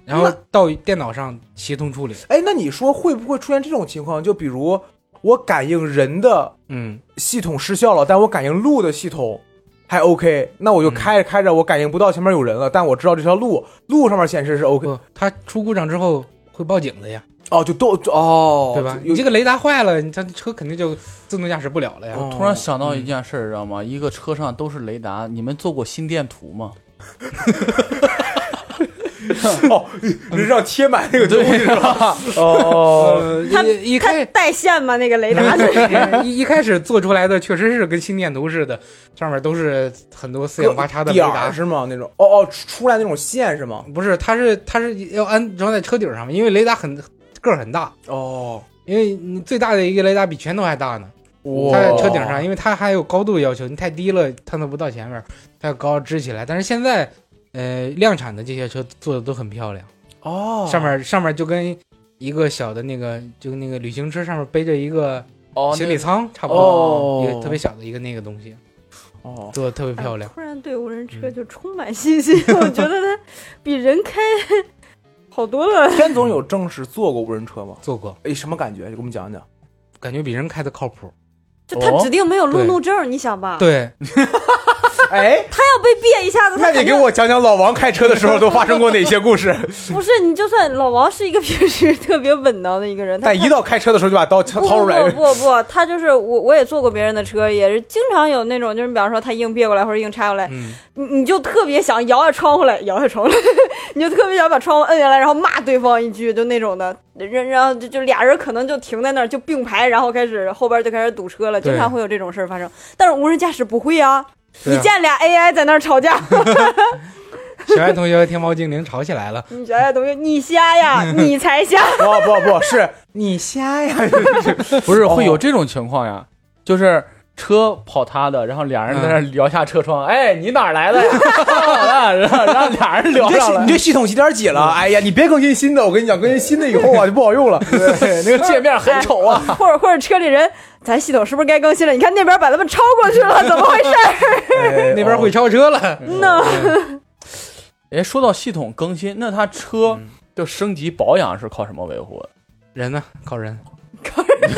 D: 然后到电脑上协同处理，
A: 哎，那你说会不会出现这种情况？就比如我感应人的
D: 嗯，
A: 系统失效了，但我感应路的系统还 OK，那我就
D: 嗯
A: 开着开着，我感应不到前面有人了，但我知道这条路路上面显示是 OK，
D: 不，它出故障之后会报警的呀，
A: 哦，就都就哦，
D: 对吧？
A: 有
D: 你这个雷达坏了，你它车肯定就自动驾驶不了了呀。
A: 哦
B: 突然想到一件事儿，知道吗？一个车上都是雷达，你们做过心电图吗？
A: 哦，让贴满那个东西
B: 对
A: 是吧？
B: 吧？
A: 哦，
D: 呃，
C: 它
D: 一一
C: 它
D: 开
C: 带线吗？那个雷
D: *laughs*
C: 达是
D: 一一开始做出来的确实是跟心电图似的，上面都是很多四仰八叉的雷
A: 点
D: 达
A: 儿，是吗？那种哦哦，出出来那种线是吗？
D: 不是，它是它是要安装在车顶上面，因为雷达很个儿很大，
A: 哦，
D: 因为你最大的一个雷达比拳头还大呢，
A: 哇
D: 它在车顶上，因为它还有高度要求，你太低了探测不到前面，它要高支起来。但是现在，呃，量产的这些车做的都很漂亮，
A: 哦，
D: 上面上面就跟一个小的那个就那个旅行车上面背着一个
B: 哦，
D: 行李舱差不
A: 哦
D: 多，一个特别小的一个那个东西，
A: 哦，
D: 做的特别漂亮。
C: 哎突然对无人
A: 嗯
C: 车就充满信心，我觉得
A: *laughs*
C: 它比人开好多了。
A: 天总有正式坐过无人车吗？
D: 做过，
A: 哎，什么感觉？给我们讲讲。
D: 感觉比人开的靠谱。
C: 就它
B: 哦
C: 指定没有路怒症，你想
A: 啊
C: 吧？
A: *laughs*
D: 对，
A: 哎，
C: 它要被别一
A: *laughs*
C: 下子，它肯定
A: 我讲讲老王开车的时候都发生过哪些故 *laughs* 事？
C: 不是你。就算老王是一个平时 *laughs* 特别稳当的一个人，他
A: 但一到开车的时候就把刀掏
C: 不
A: 掏出来。
C: 不不不，他就是我，我也坐过别人的车，也是经常有那种，就是比方说他硬别过来或者硬插过来，
D: 嗯，
C: 你你就特别想摇下窗户来，摇下窗户来， *laughs* 你就特别想把窗户摁下来，然后骂对方一句，就那种的。然然后就就俩人可能就停在那儿就并排，然后开始后边就开始堵车了，
D: 对
C: 经常会有这种事儿发生。但是无人驾驶不会啊，
D: 对
C: 你
D: 啊
C: 见俩 AI 在那儿吵架， *laughs*
D: 小爱同学和天猫精灵吵起来了。
C: 你想想同学，你瞎呀，你才瞎。
D: *laughs*
A: 不不不是 *laughs* 你瞎呀！
B: 不是会有这种情况呀？就是车跑他的，然后俩人在那儿聊下车窗，哎，你哪儿来的呀？啊然后然后俩人聊
A: 你这
B: 上
A: 系
B: 了
A: 你，这系统几点几了？哎呀，你别更新新的，我跟你讲，更新新的以后啊 *laughs* 就不好用了。
B: 对，那个界面很丑啊。
C: 或者或者车里人，咱系统是不是该更新了？你看那边把他们超过去了，怎么回事儿？
A: *laughs* 哎
D: 那边会超车了，
C: 呢？
B: 哎，说到系统更新，那他车
D: 嗯
B: 的升级保养是靠什么维护啊的？
D: 人呢？靠人，靠人，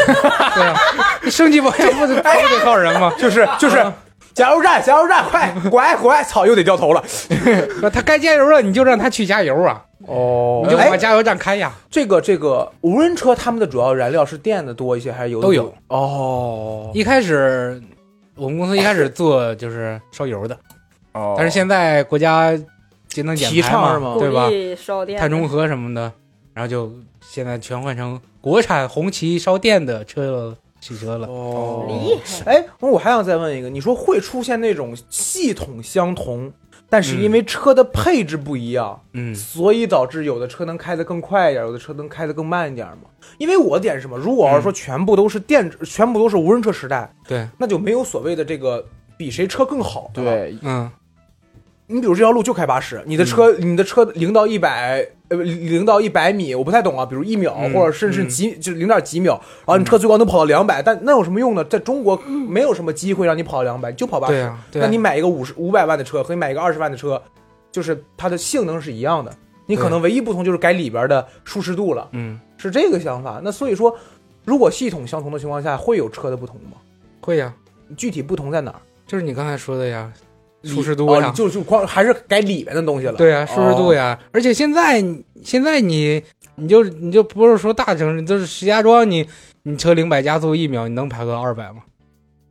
D: 对啊，你升级保养不得不得靠人吗？
A: 就是就是。加油站，加油站，快拐拐！操，又得掉头了。
D: 那他该加油了，你就让他去加油啊，
A: 哎哦
D: 你就
A: 哎
D: 往，加油站开呀。
A: 这个这个无人车，他们的主要燃料是电的多一些还是油的
D: 都
A: 多
D: 有？
A: 哦，
D: 一开始我们公司一开始做就是烧油的，
B: 哦
D: 但是现在国家节能减
A: 提
D: 排
A: 倡是
D: 嘛，
A: 吗？
D: *laughs* 对吧
C: *laughs* 鼓励烧电
D: 碳中和什么的，然后就现在全换成国产红旗烧电的车汽车了。
A: 哦
C: 厉害，
A: 哎，我还想再问一个，你说会出现那种系统相同，但是因为车的配置不一样，
D: 嗯，
A: 所以导致有的车能开得更快一点，有的车能开得更慢一点吗？因为我的点是什么？如果要是说全部都是电，全部都是无人车时代，
D: 对，
A: 那就没有所谓的这个比谁车更好，吧？
B: 对，
D: 嗯，
A: 你比如这条路就开八十，你的车、你的车零到一百呃零到一百米，我不太懂啊，比如一秒、
D: 嗯
A: 或者甚至
D: 嗯
A: 几、就零点几秒，然后你车最高能跑到两百，但那有什么用呢？在中国没有什么机会让你跑两百，就跑八十、
D: 对啊，对
A: 那
D: 啊
A: 你买一个五十五百万的车和你买一个二十万的车，就是它的性能是一样的，你可
D: 对
A: 能唯一不同就是改里边的舒适度了，
D: 嗯
A: 是这个想法。那所以说，如果系统相同的情况下，会有车的不同吗？
D: 会呀，
A: 具体不同在哪儿？
D: 就是你刚才说的呀，舒适
A: 哦
D: 度呀
A: 你，就就光还是改里边的东西了。
D: 对呀，啊舒适度
A: 哦
D: 呀。而且现在现在你你就你就不是说大城市，就是石家庄你你车零百加速一秒，你能排个二百吗？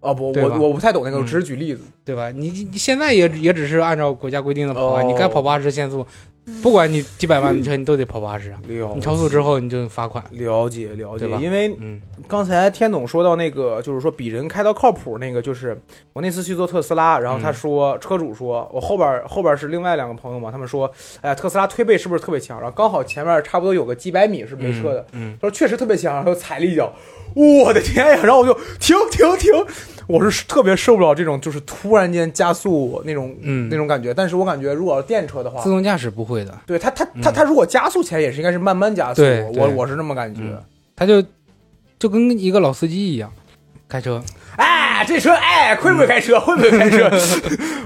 A: 哦不，
D: 对
A: 我
D: 吧
A: 我不太懂那个，
D: 嗯
A: 我只是举例子。
D: 对吧？你你现在也也只是按照国家规定的跑啊，
A: 哦
D: 你该跑八十限速，
C: 嗯
D: 不管你几百万的车，你都得跑八十啊。
A: 了
D: 你超速之后你就罚款。
A: 了解了解
D: 对吧，
A: 因为
D: 嗯
A: 刚才天总说到那个，就是说比人开到靠谱那个，就是我那次去坐特斯拉，然后
D: 嗯
A: 他说、车主说，我后边后边是另外两个朋友嘛，他们说，哎呀，特斯拉推背是不是特别强？然后刚好前面差不多有个几百米是没车的，
D: 嗯，
A: 他说确实特别强，然后踩了一脚，我的天呀！然后我就停停停，我是特别受不了这种就是突然间加速那种、
D: 嗯
A: 那种感觉。但是我感觉如果要是电车的话
D: 自，动驾驶不会的，
A: 对它它它它如果加速起来也是应该是慢慢加速，
D: 嗯对
A: 我
D: 对
A: 我是这么感觉。
D: 嗯他就就跟一个老司机一样开车。
A: 哎，这车哎，会不会开
D: 嗯
A: 车？会不会开
D: *laughs*
A: 车？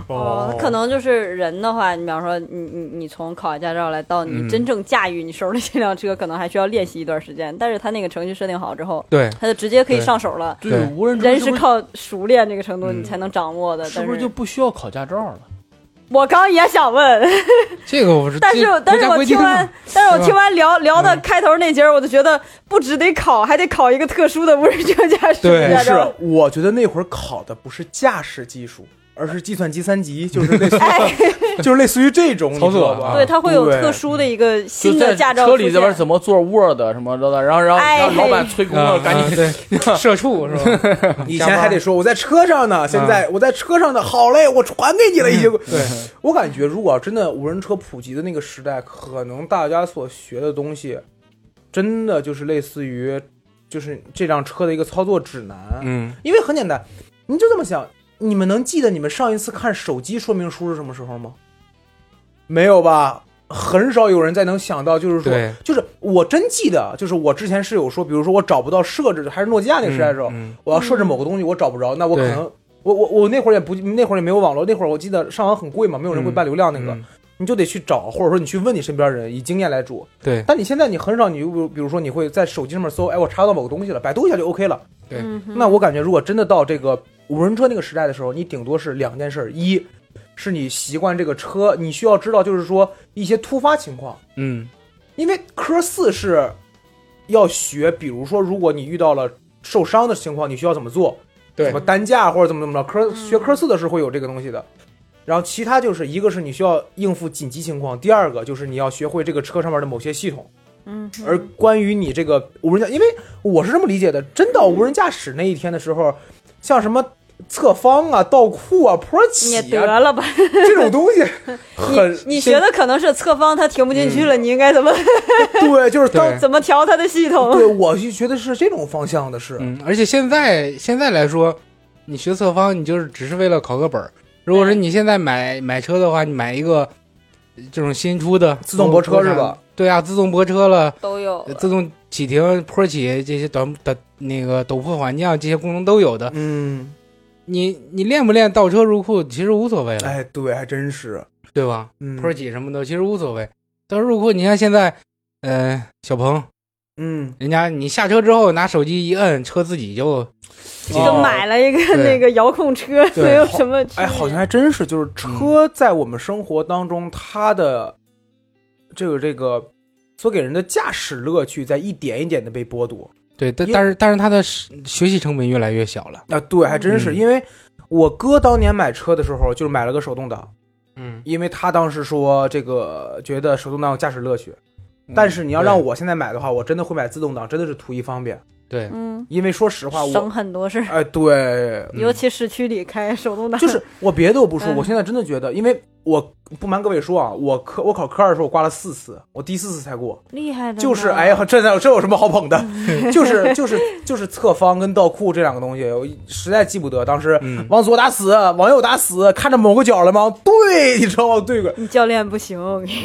C: 哦，可能就是人的话，你比方说你你你从考完驾照来到你
D: 嗯
C: 真正驾驭你手里这辆车，可能还需要练习一段时间。但是他那个程序设定好之后，
D: 对，
C: 他就直接可以
D: 对
C: 上手了。
B: 对，无人车
C: 人
B: 是
C: 是
B: 不是
C: 靠熟练这个程度，
D: 嗯
C: 你才能掌握的。
B: 是
C: 但
B: 不是就不需要考驾照了？
C: 我刚也想问，
D: 这个我是。
C: 但是
D: 这
C: 但是
D: 国家
C: 我
D: 规
C: 听
D: 定
C: 完 *laughs*
D: 啊，
C: 但是
D: 是
C: 我
D: 吧
C: 听完聊聊的开头那节儿，我就觉得不只得考，还得考一个特殊的无人车驾驶
D: 对
A: 不
C: 驾
A: 是
C: 照。，
A: 我觉得那会儿考的不是驾驶技术，而是计算机三级，就是
D: *laughs*
A: 类似
C: 哎，
A: 于就是类似于这种，你
D: 操作
A: 知道吧？
C: *laughs*
D: 啊
C: 对，它会有
A: 对
C: 特殊的一个
B: 就
C: 新
B: 在
C: 的驾照
B: 车
C: 出
B: 里
C: 现。
B: 这边怎么做 Word 啊什么的，然后然后
C: 哎
B: 让老板催工了，赶紧
D: 啊对社畜是吧？
A: 以前还得说我在车上呢，现在
D: 嗯
A: 我在车上呢，好嘞，我传给你了已经。对， *laughs* 我感觉如果真的无人车普及的那个时代，可能大家所学的东西，真的就是类似于，就是这辆车的一个操作指南。
D: 嗯，
A: 因为很简单，你就这么想，你们能记得你们上一次看手机说明书是什么时候吗？没有吧？很少有人再能想到，就是说，
D: 对，
A: 就是我真记得，就是我之前是有说，比如说我找不到设置，还是诺基亚那个时代的时候，
D: 嗯
A: 我要设置某个东西，我找不着，那我可
D: 对
A: 能。我我我那会儿也不那会儿也没有网络，那会儿我记得上网很贵嘛，没有人会
D: 嗯
A: 办流量那个，
D: 嗯
A: 你就得去找，或者说你去问你身边人，以经验来主。
D: 对
A: 但你现在你很少，你就比如比如说你会在手机上面搜，哎，我查到某个东西了，百度一下就 OK 了。
C: 嗯哼？
A: 那我感觉，如果真的到这个无人车那个时代的时候，你顶多是两件事：儿，一是你习惯这个车，你需要知道就是说一些突发情况，
D: 嗯
A: 因为科四是要学，比如说如果你遇到了受伤的情况，你需要怎么做，
D: 对
A: 怎么担架或者怎么怎么着。科
C: 嗯
A: 学科四的是会有这个东西的。然后其他就是一个是你需要应付紧急情况，第二个就是你要学会这个车上面的某些系统。
C: 嗯哼，
A: 而关于你这个无人驾，因为我是这么理解的，真到无人驾驶那一天的时候，像什么侧方啊、倒库啊、坡起
C: 也
A: 啊
C: 得了吧，
A: 这种东
C: *laughs*
A: 西
C: 你
A: 很，
C: 你学的可能是侧方它停不进去了，你应该怎么
A: 嗯对，就是当
D: 对
C: *laughs* 怎么调它的系统？
A: 对我就觉得是这种方向的是，
D: 嗯，而且现在现在来说，你学侧方，你就是只是为了考个本儿。如果说你现在买买车的话，你买一个呃这种新出的
A: 自动泊车是吧？
D: 对啊，自动泊车了，
C: 都有
D: 呃自动启停、坡起这些短短那个陡坡缓降这些功能都有的。
A: 嗯，
D: 你你练不练倒车入库其实无所谓了，
A: 哎，对，还真是，
D: 对吧？
A: 嗯，
D: 坡起什么的其实无所谓。倒车入库，你看现在，呃，小鹏
A: 嗯，
D: 人家你下车之后拿手机一摁，车自己
A: 哦
D: 就
C: 就买了一个
D: 对
C: 那个遥控车，
D: 对
C: 没有什么区别
A: 哎，好像还真是，就是
D: 嗯
A: 车在我们生活当中，它的这个这个所给人的驾驶乐趣在一点一点的被剥夺。
D: 对，但
A: 因
D: 但是但是它的是学习成本越来越小了。
A: 啊，对，还真是，
D: 嗯
A: 因为我哥当年买车的时候，就是买了个手动挡，
D: 嗯，
A: 因为他当时说这个觉得手动挡有驾驶乐趣。
C: 嗯
A: 但是你要让
D: 嗯对
A: 我现在买的话，我真的会买自动挡，真的是图一方便。
D: 对，
C: 嗯，
A: 因为说实话，
C: 省
A: 我
C: 很多事儿，
A: 哎，对，
D: 嗯
C: 尤其市区里开手动挡
A: 就是我别的我不说，
C: 嗯
A: 我现在真的觉得，因为我不瞒各位说啊，我科我考科二的时候我挂了四次，我第四次才过。
C: *laughs* 厉害的呢，
A: 就是哎呀，这哪有这有什么好捧的？就是就是就是侧方跟倒库这两个东西，我实在记不得当时
D: 嗯
A: 往左打死，往右打死，看着某个角了吗？对，你知道吗？对个
C: 你教练不行，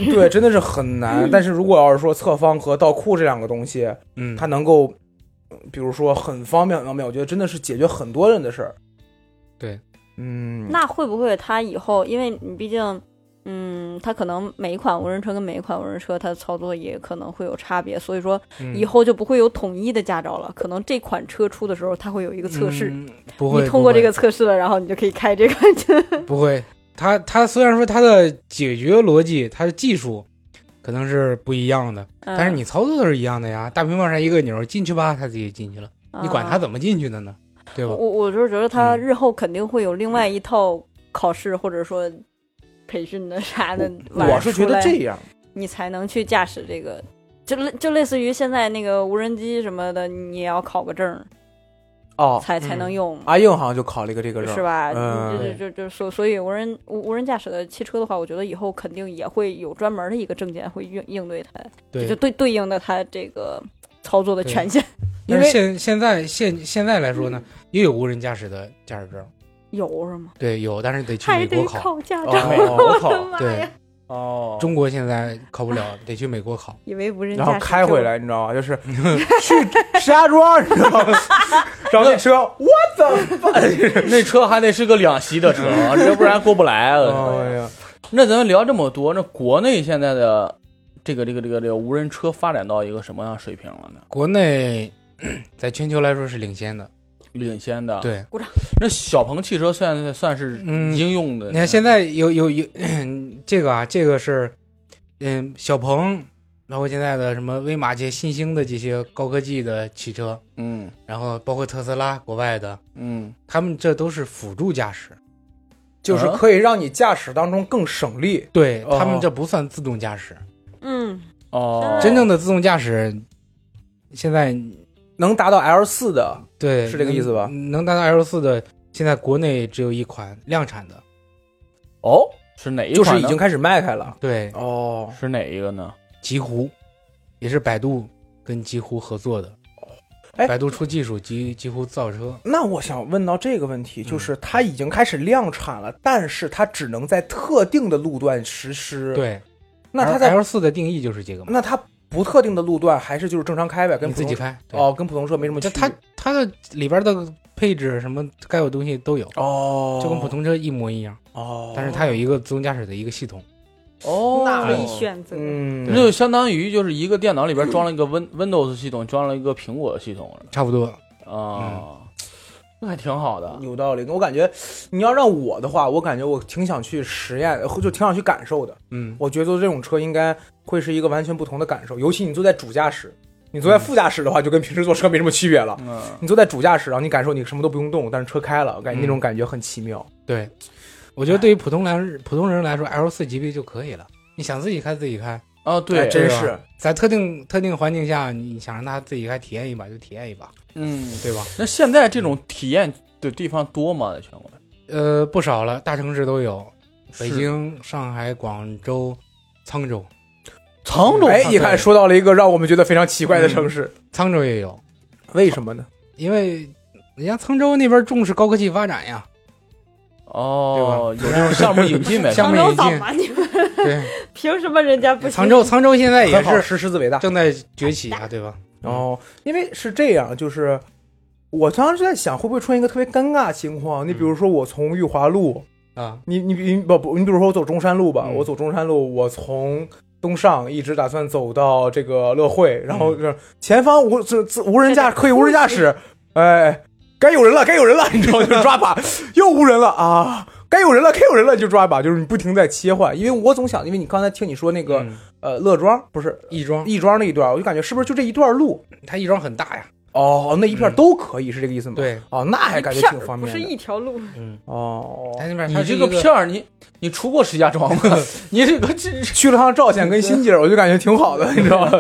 A: 对，真的是很难。但是如果要是说侧方和倒库这两个东西，
D: 嗯，
A: 它能够，嗯比如说很方便很方便，我觉得真的是解决很多人的事儿。
D: 对，
A: 嗯，
C: *laughs* 那会不会他以后，因为你毕竟，嗯，他可能每一款无人车跟每一款无人车，它的操作也可能会有差别，所以说
D: 嗯
C: 以后就不会有统一的驾照了。可能这款车出的时候，它会有一个测试，
D: 嗯不会
C: 你通过这个
D: 不
C: 测试了，然后你就可以开这款车。
D: 会不会，它它虽然说它的解决逻辑、它的技术可能是不一样的， *laughs*
C: 嗯
D: 但是你操作是一样的呀。大屏幕上一个钮儿，进去吧，它自己进去了，
C: 嗯
D: 你管它
C: 啊
D: 怎么进去的呢？对吧
C: 我？我就是觉得他
D: 嗯
C: 日后肯定会有另外一套考试，或者说培训的啥的玩意儿
A: 我是觉
C: 出
A: 得
C: 来
A: 这样，
C: 你才能去驾驶这个，就类就类似于现在那个无人机什么的，你也要考个证儿
A: 哦，
C: 才才
D: 嗯
C: 能用，
A: 阿硬好像就考了一个这个证
C: 是，吧？
A: 嗯
C: 就就就就所所以无人无无人驾驶的汽车的话，我觉得以后肯定也会有专门的一个证件会应应对它，就
D: 对，
C: 对对应的它这个操作的
D: 对
C: 权限 *laughs*
D: 但
A: 因为
D: 是现现在现现在来说呢，
C: 嗯
D: 也有无人驾驶的驾驶证，
C: 有是吗？
D: 对，有，但是得去
C: 还
D: 美
C: 得
D: 国考，
C: 考驾照，
A: 哦，我
C: 我的
A: 考
C: *laughs* 妈
D: 对
C: 呀！
A: 哦，
D: 中国现在考不了，得去美国考。
C: 以为无人驾
A: 然后
C: 驶，
A: 开回，来，你知道吗？就是去石家庄，你知道吗？ *laughs* 找那车，我怎么？
B: *laughs* 那车还得是个两席的车，要不然过不来。啊
D: 哦
A: 哎呀，
B: 那咱们聊这么多，那国内现在的这个这个这个这个无人车发展到一个什么样水平了呢？
D: 国内 *clears throat* 在全球来说是领先的，
B: 领先
A: 啊
B: 的，，
D: 对。
B: 那小鹏汽车算算是
D: 嗯
B: 应用的，
D: 你看
A: 呃
D: 现在有有 *clears throat* 有这个啊，这个是嗯小鹏，包括现在的什么威马这些新兴的这些高科技的汽车，
B: 嗯
D: 然后包括特斯拉国外的，
B: 嗯，
D: 他们这都是辅助驾驶，
A: 就是可以让你驾驶当中更省力。
D: 对
A: 哦
D: 他们这不算自动驾驶，
C: 嗯，
B: 哦，
D: 真正的自动驾驶现在
A: 能达到 L 四的，
D: 对
A: 是这个意思吧
D: 能能达到 L 四的，现在国内只有一款量产的，
B: 哦是哪一
A: 就
B: 款
A: 是
B: 呢？
A: 已经开始卖开了。
D: 对，
A: 哦，
B: 是哪一个呢？
D: 极狐，也是百度跟极狐合作的。
A: 哎
D: 百度出技术，极极狐造车。
A: 那我想问到这个问题，
D: 嗯
A: 就是它已经开始量产了，但是它只能在特定的路段实施。，
D: 对，
A: 那它
D: L-
A: 在
D: L 四的定义就是这个嘛，
A: 那它不特定的路段还是就是正常开呗，跟
D: 你
A: 普
D: 自
A: 通
D: 己开。对，
A: 哦，跟普通车没什么区
D: 就
A: 别。
D: 它它的里边的配置什么该有东西都有，
A: 哦，
D: 就跟普通车一模一样。
A: 哦，
D: 但是它有一个自动驾驶的一个系统。
B: 哦
C: 可以选择，
A: 嗯
B: 那就相当于就是一个电脑里边装了一个 Win Windows 系统，装了一个苹果的系统
D: 差不多，
B: 啊，
D: 嗯
B: 那还挺好的。
A: 有道理，我感觉你要让我的话，我感觉我挺想去实验，就挺想去感受的。
D: 嗯，
A: 我觉得这种车应该会是一个完全不同的感受，尤其你坐在主驾驶，你坐在副驾驶的话，就跟平时坐车没什么区别了。
B: 嗯，
A: 你坐在主驾驶，然后你感受你什么都不用动，但是车开了，我感觉那种感觉很奇妙。
D: 对，我
A: 哎
D: 觉得对于普通来普通人来说，L 四级别就可以了。你想自己开自己开，
B: 啊，
A: 哎
B: 对，
A: 真
D: 对吧
A: 是。
D: 在特定特定环境下，你想让他自己开体验一把就体验一把，
B: 嗯，
D: 对吧？
B: 那现在这种体验的地方多吗？在全国？
D: 呃，不少了，大城市都有，北
B: 是、
D: 京、上海、广州、沧州，
B: 沧州，
A: 哎，一看说到了一个让我们觉得非常奇怪的城
B: 嗯
A: 市，
D: 沧州也有，
A: 为什么呢？
D: 因为人家沧州那边重视高科技发展呀，
B: 哦，有这种项目引 *laughs* 进呗？
D: 项
C: 杭州
D: 目引
C: 怎
D: 进
C: 么你们
D: 对，
C: 凭什么人家不行
D: 沧州沧州现在也
A: 很好，
D: 是
A: 哎是狮子伟大。
D: 正在崛起啊，对吧？
A: 哦，因为是这样，就是我当时在想，会不会出现一个特别尴尬的情况？你比如说，我从裕华路，
D: 啊，
A: 你你你不不，你比如说我走中山路吧，
D: 嗯
A: 我走中山路，我从。东上一直打算走到这个乐汇，然后就是前方无这这无人驾
C: 嗯这
A: 可以无人驾驶，哎，该有人了，该有人了，你知道吗就抓把，又无人了啊，该有人了，该有人了，就抓把，就是你不停在切换，因为我总想，因为你刚才听你说那个、
D: 嗯
A: 呃乐庄不是
D: 亦庄，
A: 亦庄那一段，我就感觉是不是就这一段路，
D: 它亦庄很大呀，
A: 哦，那一片都可以、是这个意思吗？，
D: 对，
A: 哦，那还
C: 嗯一
A: 感觉
C: 片
A: 挺
C: 儿
A: 方
C: 不
A: 便
C: 是
A: 的。
C: 一条路，
D: 嗯，
A: 哦，
D: 它那边它
B: 你
D: 是
B: 这
D: 一个
B: 个片儿，你你出过石家庄吗？你这个这
A: 去了趟赵县跟新界，我就感觉挺好的，你知道吗？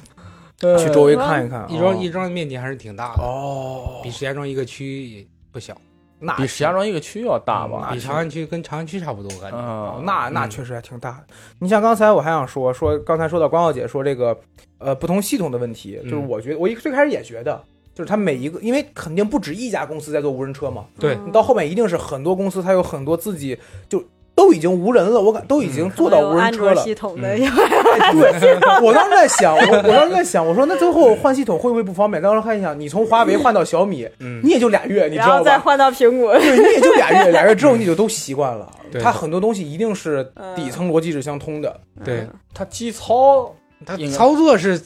B: *laughs*
A: 去周围看一看，
D: 亦庄
A: 哦
D: 亦庄的面积还是挺大的，
A: 哦
D: 比，石家庄一个区也不小，
A: 那
B: 比石家庄一个区要大吧？
D: 比长安区跟长安区差不多，我感觉。
A: 哦
B: 啊，
A: 那那
D: 嗯
A: 确实还挺大的。你像刚才我还想说说，刚才说到光耀姐说这个，呃，不同系统的问题，就是
D: 嗯
A: 我觉得我一最开始也觉得，就是它每一个，因为肯定不止一家公司在做无人车嘛，
D: 对
C: 嗯
A: 你到后面一定是很多公司它有很多自己就都已经无人了，我感都已经做到无人
C: 安
A: 车
C: 卓
A: 了，
C: 系统的
D: 嗯
C: 有
A: 哎，对，我当时在想，我我当时在想，我说那最后换系统会不会不方便？当时看一想，你从华为换到小米，
D: 嗯
A: 你也就俩月，你知
C: 然后
A: 道
C: 再
A: 吧？
C: 换到苹果，
A: 对，你也就俩月，俩月之后你就都习惯了。
D: *laughs* 对
A: 它很多东西一定是
C: 嗯
A: 底层逻辑是相通的。
D: 对
B: 它基操
D: 它
B: 应该
D: 操作是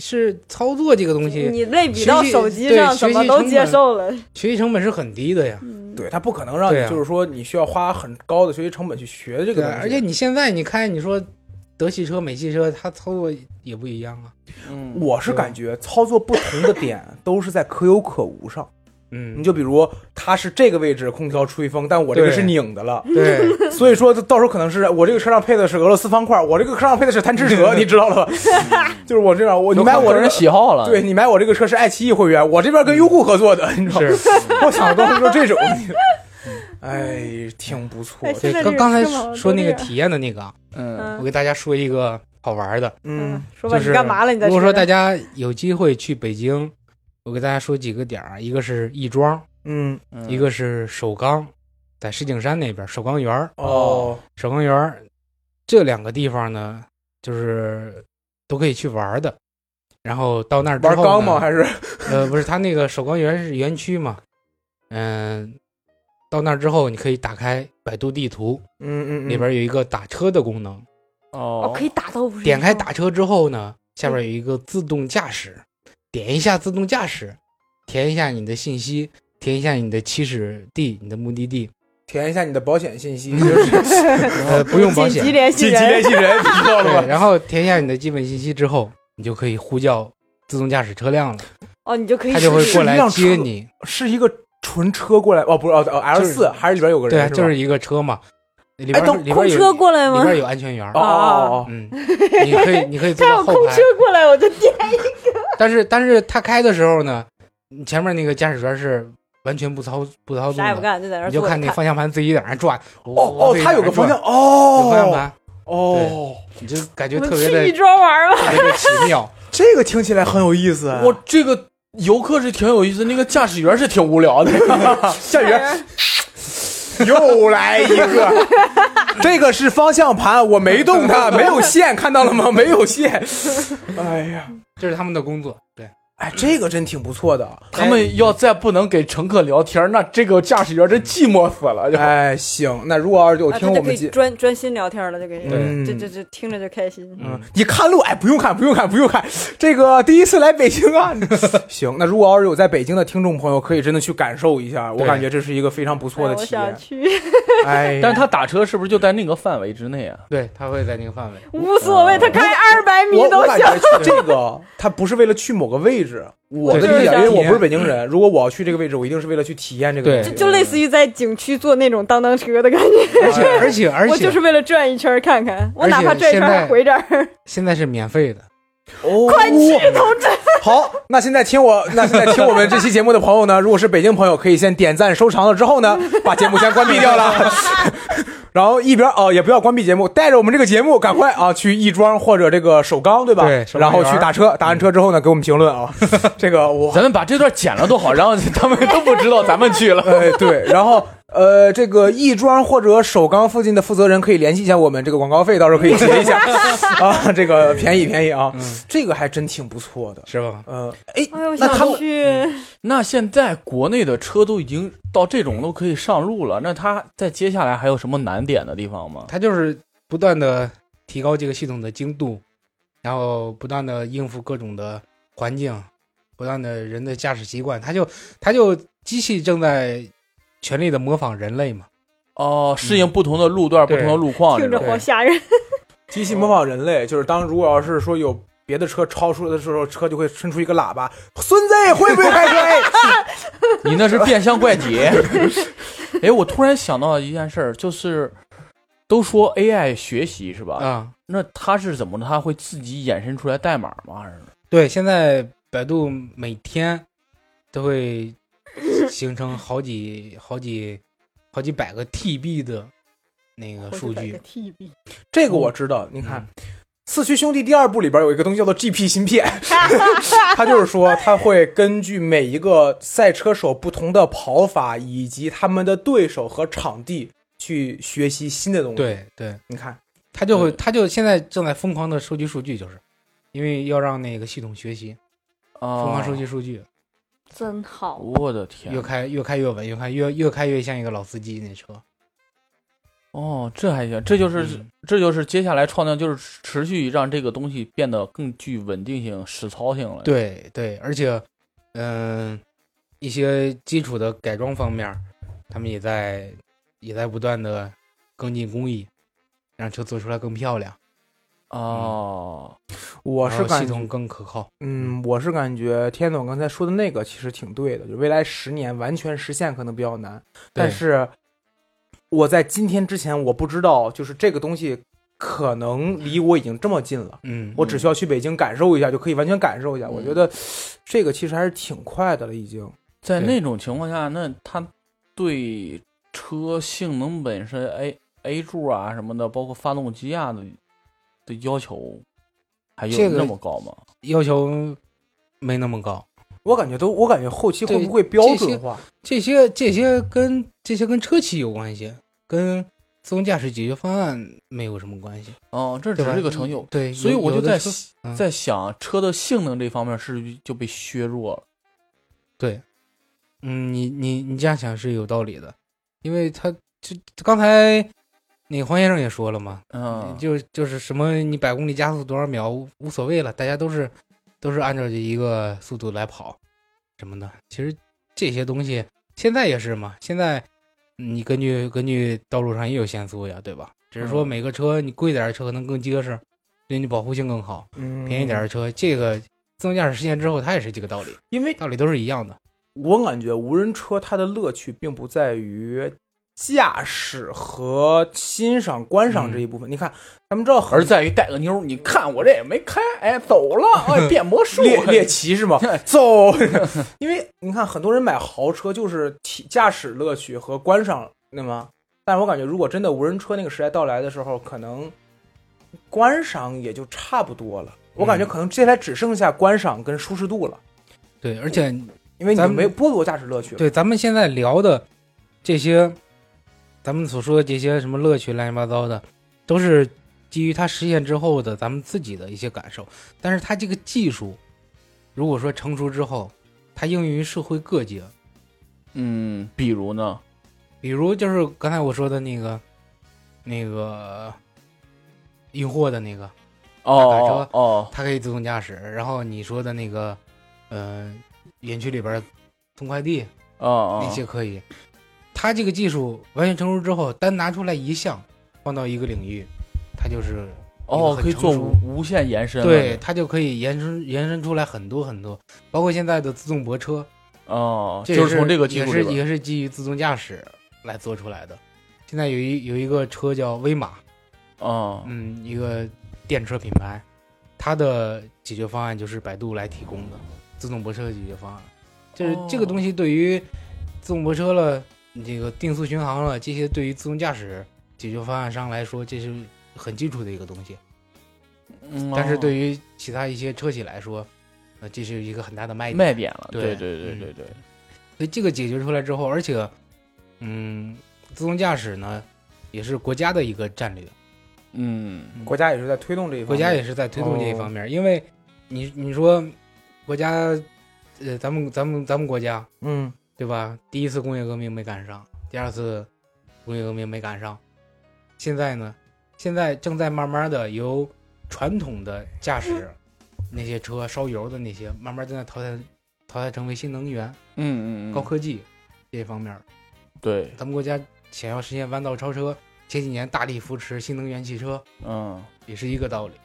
D: 是操作这个东西，
C: 你类比到
D: 学习
C: 手机
D: 对
C: 上，怎
D: 学
C: 么
D: 习
C: 都
D: 成
C: 接
D: 本
C: 受了。
D: 学习成本是很低的呀。
C: 嗯，
A: 对，它不可能让
D: 对
A: 你
D: 啊
A: 就是说你需要花很高的学习成本去学这个
D: 对
A: 东西。
D: 啊，而且你现在你开，你说德系车、美系车，它操作也不一样啊。
B: *laughs* 嗯，
A: 我是感觉操作不同的点都是在可有可无上。
D: 嗯
A: 你，就比如它是这个位置空调吹风，但我这个
D: 对
A: 是拧的了，
C: *laughs*
D: 对，
A: *laughs* 所以说到时候可能是我这个车上配的是俄罗斯方块，我这个车上配的是贪吃蛇，你知道了吧？ *laughs* 就是我这样，我你
B: 都
A: 买
B: 看
A: 我
B: 个
A: 这
B: 人
A: 个。
B: 喜好了。
A: 对，你买我这个车是爱奇艺会员，我这边跟优酷合作的，你知道吗？
D: 是。
A: 我想的都是这种， *laughs* 哎，挺不错
C: 哎
A: 的。
C: 现在
D: 对，刚
C: 这
D: 刚才
C: 个是吗
D: 说
C: 都
D: 说那个
C: 这样
D: 体验的那个啊，
B: 嗯，
D: 我给大家说一个好玩的，
A: 嗯，，
C: 说吧，
D: 就
C: 你
D: 是
C: 干嘛了？你在
D: 如果
C: 车
D: 说
C: 上
D: 大家有机会去北京，我给大家说几个点儿，一个是亦庄，
A: 嗯，
B: 嗯
D: 一个是首钢，在石景山那边首钢园儿，
A: 哦，
D: 首钢园儿这两个地方呢，就是都可以去玩儿的。然后到那儿之
A: 玩
D: 后
A: 钢
D: 呢
A: 吗？还是
D: 呃，不是，它那个首钢园是园区嘛，嗯、到那儿之后你可以打开百度地图，
A: 嗯嗯嗯，
D: 里边有一个打车的功能。
B: 哦
C: 哦，可以打到五十，
D: 点开打车之后呢，下边有一个自动驾驶，点一下自动驾驶，填一下你的信息，填一下你的起始地、你的目的地，
A: 填一下你的保险信
D: *laughs*
A: 息，就是
B: 嗯
D: 呃，不用保
C: 哦紧
D: 险
C: 急，联系
A: 紧急
C: 人
A: 联，系人，你知道了
D: 对，
A: 吧？
D: 然后填一下你的基本信息之后，你就可以呼叫自动驾驶车辆了，
C: 哦，你就可以
D: 它就会过来接你。
A: *laughs* 是一个纯车过来，哦，不是，哦哦，L
D: 就是
A: 四还是里边有个人，
D: 对啊，
A: 吧
D: 就是一个车嘛，里
C: 哎，
D: 边
C: 等
D: 里边
C: 空
D: 有
C: 车过来
D: 里
C: 吗？
D: 边有安全员儿，
A: 哦哦哦，
D: 嗯，你可以你可以坐
C: 他
D: 到
C: 有空
D: 后排
C: 车，过来，我就点。
D: 但是但是他开的时候呢，你前面那个驾驶员是完全不操不操纵
C: 啥也不
D: 的，
C: 干，就在那儿
D: 你就
C: 坐着
D: 看那方向盘自己在那转。
A: 哦哦，它有个方向，
D: 嗯有方向
A: 哦
D: 盘，
A: 哦，
D: 你就感觉
C: 我们
D: 特别
C: 去亦
D: 的
C: 庄玩啊吧。
D: 特别的奇妙。
A: 这个听起来很有意思。啊
B: 我这个游客是挺有意思，那个驾驶员是挺无聊 *laughs* 的。
A: 下雨 *laughs* 又来一个， *laughs* 这个是方向盘，我没动 *laughs* 它，没有线，看到了 *laughs* 吗？没有线。哎呀，
D: 这是他们的工作，对，
A: 哎，这个真挺不错的。
B: 他们要再不能给乘客聊天，那这个驾驶员真寂寞死了。就
A: 哎，行，那如果要是有
C: 啊
A: 听
C: 这
A: 我
C: 就可
A: 们
C: 以
A: 节，
C: 专专心聊天了，就可以，
A: 嗯
C: 就就就听着就开心。
A: 嗯，你看路，哎，不用看，不用看，不用看。这个第一次来北京啊， *laughs* 行。那如果要是有在北京的听众朋友，可以真的去感受一下，我
D: 对
A: 感觉这是一个非常不错
C: 哎
A: 的
C: 我
A: 体
C: 想
A: 验。
C: 去，
A: 哎，
B: 但是他打车是不是就在那个范围之内啊？
D: 对，他会在那个范围。
C: 无所
D: 哦
C: 谓，他开二百米
A: 我
C: 都
A: 我感
C: 行。
A: 觉去这个，他不是为了去某个位置，我的
D: 对
A: 理解，因
D: 就
A: 为
D: 是想
A: 我不是北京人，如果我要去这个位置，我一定是为了去体验这个
D: 对
A: 东西。
C: 就类似于在景区坐那种当当车的感觉，
D: 而且而且而
C: 我就
D: 且
C: 是，为了转一圈儿看看，我
D: 而且
C: 哪怕转一圈儿
D: 现在
C: 还回这儿。
D: 现在是免费的，
A: 哦， *laughs* 好，那现在听我，那现在听我们这期节目的朋友呢，如果是北京朋友，可以先点赞收藏了之后呢，把节目先关闭掉了。 *laughs* 然后一边哦、也不要关闭节目，带着我们这个节目赶快啊去亦庄或者这个首钢，对吧？
D: 对首钢
A: 然后去
D: 园儿
A: 打车，打完车之后呢，给我们评论啊。 *laughs* 这个我
B: 咱们把这段剪了多好，然后他们都不知道咱们去了。
A: 哎，对，然后呃，这个亦庄或者首钢附近的负责人可以联系一下我们，这个广告费到时候可以结一下啊，这个便宜便宜啊，这个还真挺不错的。
D: 是吧？
A: 呃，哎，
C: 哎呦，我
A: 那他
C: 想
A: 们
C: 去，
B: *laughs*
D: 嗯
B: 那现在国内的车都已经到这种都可以上路了，那他在接下来还有什么难点的地方吗？
D: 他就是不断的提高这个系统的精度，然后不断的应付各种的环境，不断的人的驾驶习惯，他就他就机器正在全力的模仿人类嘛。
B: 哦，适应不同的路段、不
D: 对
B: 同的路况这
C: 听着
B: 种。
C: 好吓人。
A: 机器模仿人类，就是当如果要是说有。别的车超出的时候，车就会伸出一个喇叭：“孙子会不会开车？”哎
B: 你那是变相怪 *laughs* 杰。哎，我突然想到一件事儿，就是都说 AI 学习是吧？
D: 啊，
B: 那它是怎么的？它会自己衍生出来代码吗？还是？
D: 对，现在百度每天都会形成好几好几好几百个 TB 的那个数据，嗯
C: TB，
A: 这个我知道。你看，《四驱兄弟》第二部里边有一个东西叫做 GP 芯片， *laughs* 他就是说，他会根据每一个赛车手不同的跑法，以及他们的对手和场地去学习新的东西。，
D: 对对，
A: 你看，
D: 他就会
B: 对
D: 他就现在正在疯狂的收集数据，就是因为要让那个系统学习，疯
B: 啊
D: 狂，收集数据，
C: 真好。
B: 我的天
D: 越！开越开越稳，越开越越开越像一个老司机那车。
B: 哦，这还行，这就是、
D: 嗯
B: 这就是接下来创造，就是持续让这个东西变得更具稳定性、实操性了。，
D: 对对，而且，嗯、一些基础的改装方面儿，他们也在也在不断的更进工艺，让车做出来更漂亮。嗯
B: 哦，
A: 我
D: 然
A: 是
D: 后
A: 感
D: 系
A: 觉
D: 统，更可靠。
A: 嗯，我是感觉天总刚才说的那个其实挺对的，就未来十年完全实现可能比较难，但
D: 对
A: 是我在今天之前我不知道，就是这个东西可能离我已经这么近了。
D: 嗯，
A: 我只需要去北京感受一下，就可以完全感受一下。
B: 嗯
A: 我觉得这个其实还是挺快的了，已经。
B: 在
D: 对
B: 那种情况下，那它对车性能本身 A A 柱啊什么的，包括发动机啊的的要求，还有
D: 这个
B: 那么高吗？
D: 要求没那么高。
A: 我感觉都，我感觉后期会
D: 对
A: 不会标准化？
D: 这些这些跟这些跟车企有关系，跟自动驾驶解决方案没有什么关系，
B: 哦，这只
D: 对吧？
B: 是这个成就，
D: 对，
B: 所以
D: 有
B: 我就
D: 有的
B: 在
D: 车
B: 想
D: 嗯
B: 在想车的性能这方面是不是就被削弱了。
D: 对，嗯，你你你这样想是有道理的，因为他就刚才那个黄先生也说了嘛，
B: 嗯，
D: 就就是什么你百公里加速多少秒无无所谓了，大家都是都是按照这一个速度来跑什么的。其实这些东西现在也是嘛，现在你根据根据道路上也有限速呀，对吧？只是说
B: 嗯
D: 每个车你贵点儿的车可能更结实，对你保护性更好；
A: 嗯
D: 便宜点儿的车，这个自动驾驶实现之后，它也是这个道理，
A: 因为
D: 道理都是一样的。
A: 我感觉无人车它的乐趣并不在于驾驶和欣赏、观赏这
D: 嗯
A: 一部分。你看，咱们知道
B: 而
A: 很
B: 在于带个妞儿，你看我这也没开，哎，走了，
D: *laughs*
B: 哎，变魔术，？
A: 猎猎奇是吗
B: *laughs*
A: 走，因为你看很多人买豪车就是体驾驶乐趣和观赏，那么，但是我感觉如果真的无人车那个时代到来的时候，可能观赏也就差不多了。我感觉
D: 嗯
A: 可能接下来只剩下观赏跟舒适度了，
D: 对，而且
A: 因为你
D: 咱们
A: 没有剥夺驾驶乐趣了。
D: 对，咱们现在聊的这些，咱们所说的这些什么乐趣乱七八糟的，都是基于它实现之后的咱们自己的一些感受。但是它这个技术，如果说成熟之后，它应用于社会各界，
B: 嗯，比如呢，
D: 比如就是刚才我说的那个，那个运货的那个，
B: 哦哦哦，
D: 它可以自动驾驶。然后你说的那个，呃，园区里边儿送快递，
B: 哦哦，
D: 那些可以。它这个技术完全成熟之后，单拿出来一项，放到一个领域，它就是
B: 哦，可以做
D: 很成
B: 无无限延伸了，
D: 对，它就可以延伸延伸出来很多很多，包括现在的自动泊车，
B: 哦，
D: 也
B: 就是从这个技术里
D: 也是
B: 边，
D: 也是基于自动驾驶来做出来的。现在有一有一个车叫威马，
B: 哦，
D: 嗯，一个电车品牌，它的解决方案就是百度来提供的自动泊车的解决方案，就是这个
B: 哦
D: 东西对于自动泊车了、你这个定速巡航了这些，对于自动驾驶解决方案上来说，这是很基础的一个东西。
B: 嗯
D: 但是对
B: 哦
D: 于其他一些车企来说，呃，这是一个很大的卖点。
B: 哦卖点了，对
D: 对
B: 对
D: 嗯
B: 对对，
D: 所以这个解决出来之后，而且，嗯，自动驾驶呢，也是国家的一个战略。
B: 嗯，
A: 国家也是在推动这一方面，
D: 国
B: 哦
D: 家也是在推动这一方面，因为你你说国家，呃，咱们咱们咱们国家
A: 嗯，
D: 对吧？第一次工业革命没赶上，第二次工业革命没赶上，现在呢，现在正在慢慢的由传统的驾驶
B: 嗯
D: 那些车烧油的那些，慢慢正在淘汰淘汰成为新能源、
B: 嗯嗯嗯，
D: 高科技这一方面。
B: 对，
D: 咱们国家想要实现弯道超车，前几年大力扶持新能源汽车，
B: 嗯，
D: 也是一个道理。嗯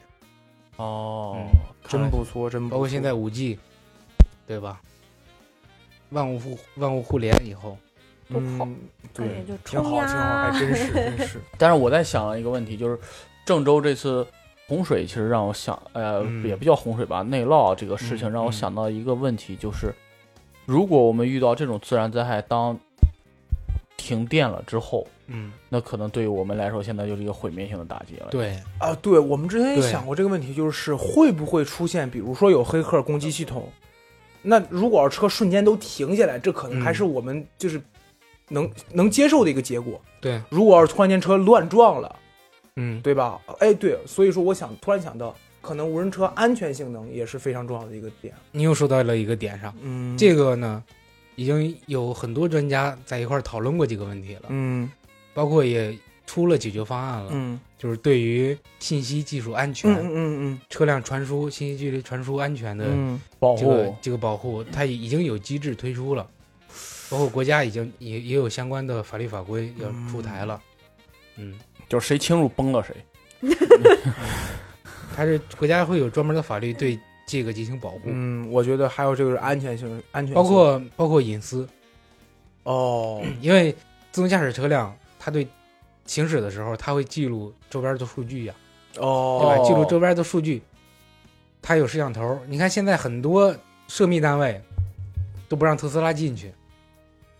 B: 哦，看
A: 真
B: 来
A: 不错，真不错。
D: 包括现在五 G，对吧？万物互万物互联以后，
C: 不跑
A: 嗯，对，
C: 哎就
A: 挺好，挺
C: 冲
A: 好，还
C: 呀
A: 真是，真是。
B: 但是我在想一个问题，就是郑州这次洪水，其实让我想，呃，
D: 嗯
B: 也不叫洪水吧，内涝啊这个事情
D: 嗯
B: 让我
D: 嗯
B: 想到一个问题，就是如果我们遇到这种自然灾害，当停电了之后，
D: 嗯，
B: 那可能对于我们来说，现在就是一个毁灭性的打击了。，
D: 对，
A: 啊，对，我们之前也
D: 对
A: 想过这个问题，就是会不会出现，比如说有黑客攻击系统，那如果要车瞬间都停下来，这可能
D: 嗯
A: 还是我们就是能、能接受的一个结果。
D: 对，
A: 如果要是突然间车乱撞了，
D: 嗯，
A: 对吧？哎，对，所以说我想突然想到，可能无人车安全性能也是非常重要的一个点。
D: 你又说到了一个点上，
A: 嗯，
D: 这个呢，已经有很多专家在一块儿讨论过这个问题了，
A: 嗯
D: 包括也出了解决方案了，
A: 嗯
D: 就是对于信息技术安全、
A: 嗯嗯嗯
D: 车辆传输、信息距离传输安全
A: 嗯
D: 的
A: 嗯，
B: 保
D: 这个、
B: 护，
D: 这个保护，它已经有机制推出了，包括国家已经也也有相关的法律法规要出台了，嗯
B: 就是谁侵入崩了谁。
D: 它是国家会有专门的法律对这个进行保护，
A: 嗯，我觉得还有这个是安全性，安全性
D: 包括包括隐私，
A: 哦，
D: 因为自动驾驶车辆它对行驶的时候，它会记录周边的数据呀、对吧？
A: 哦，
D: 记录周边的数据，它有摄像头。你看现在很多涉密单位都不让特斯拉进去，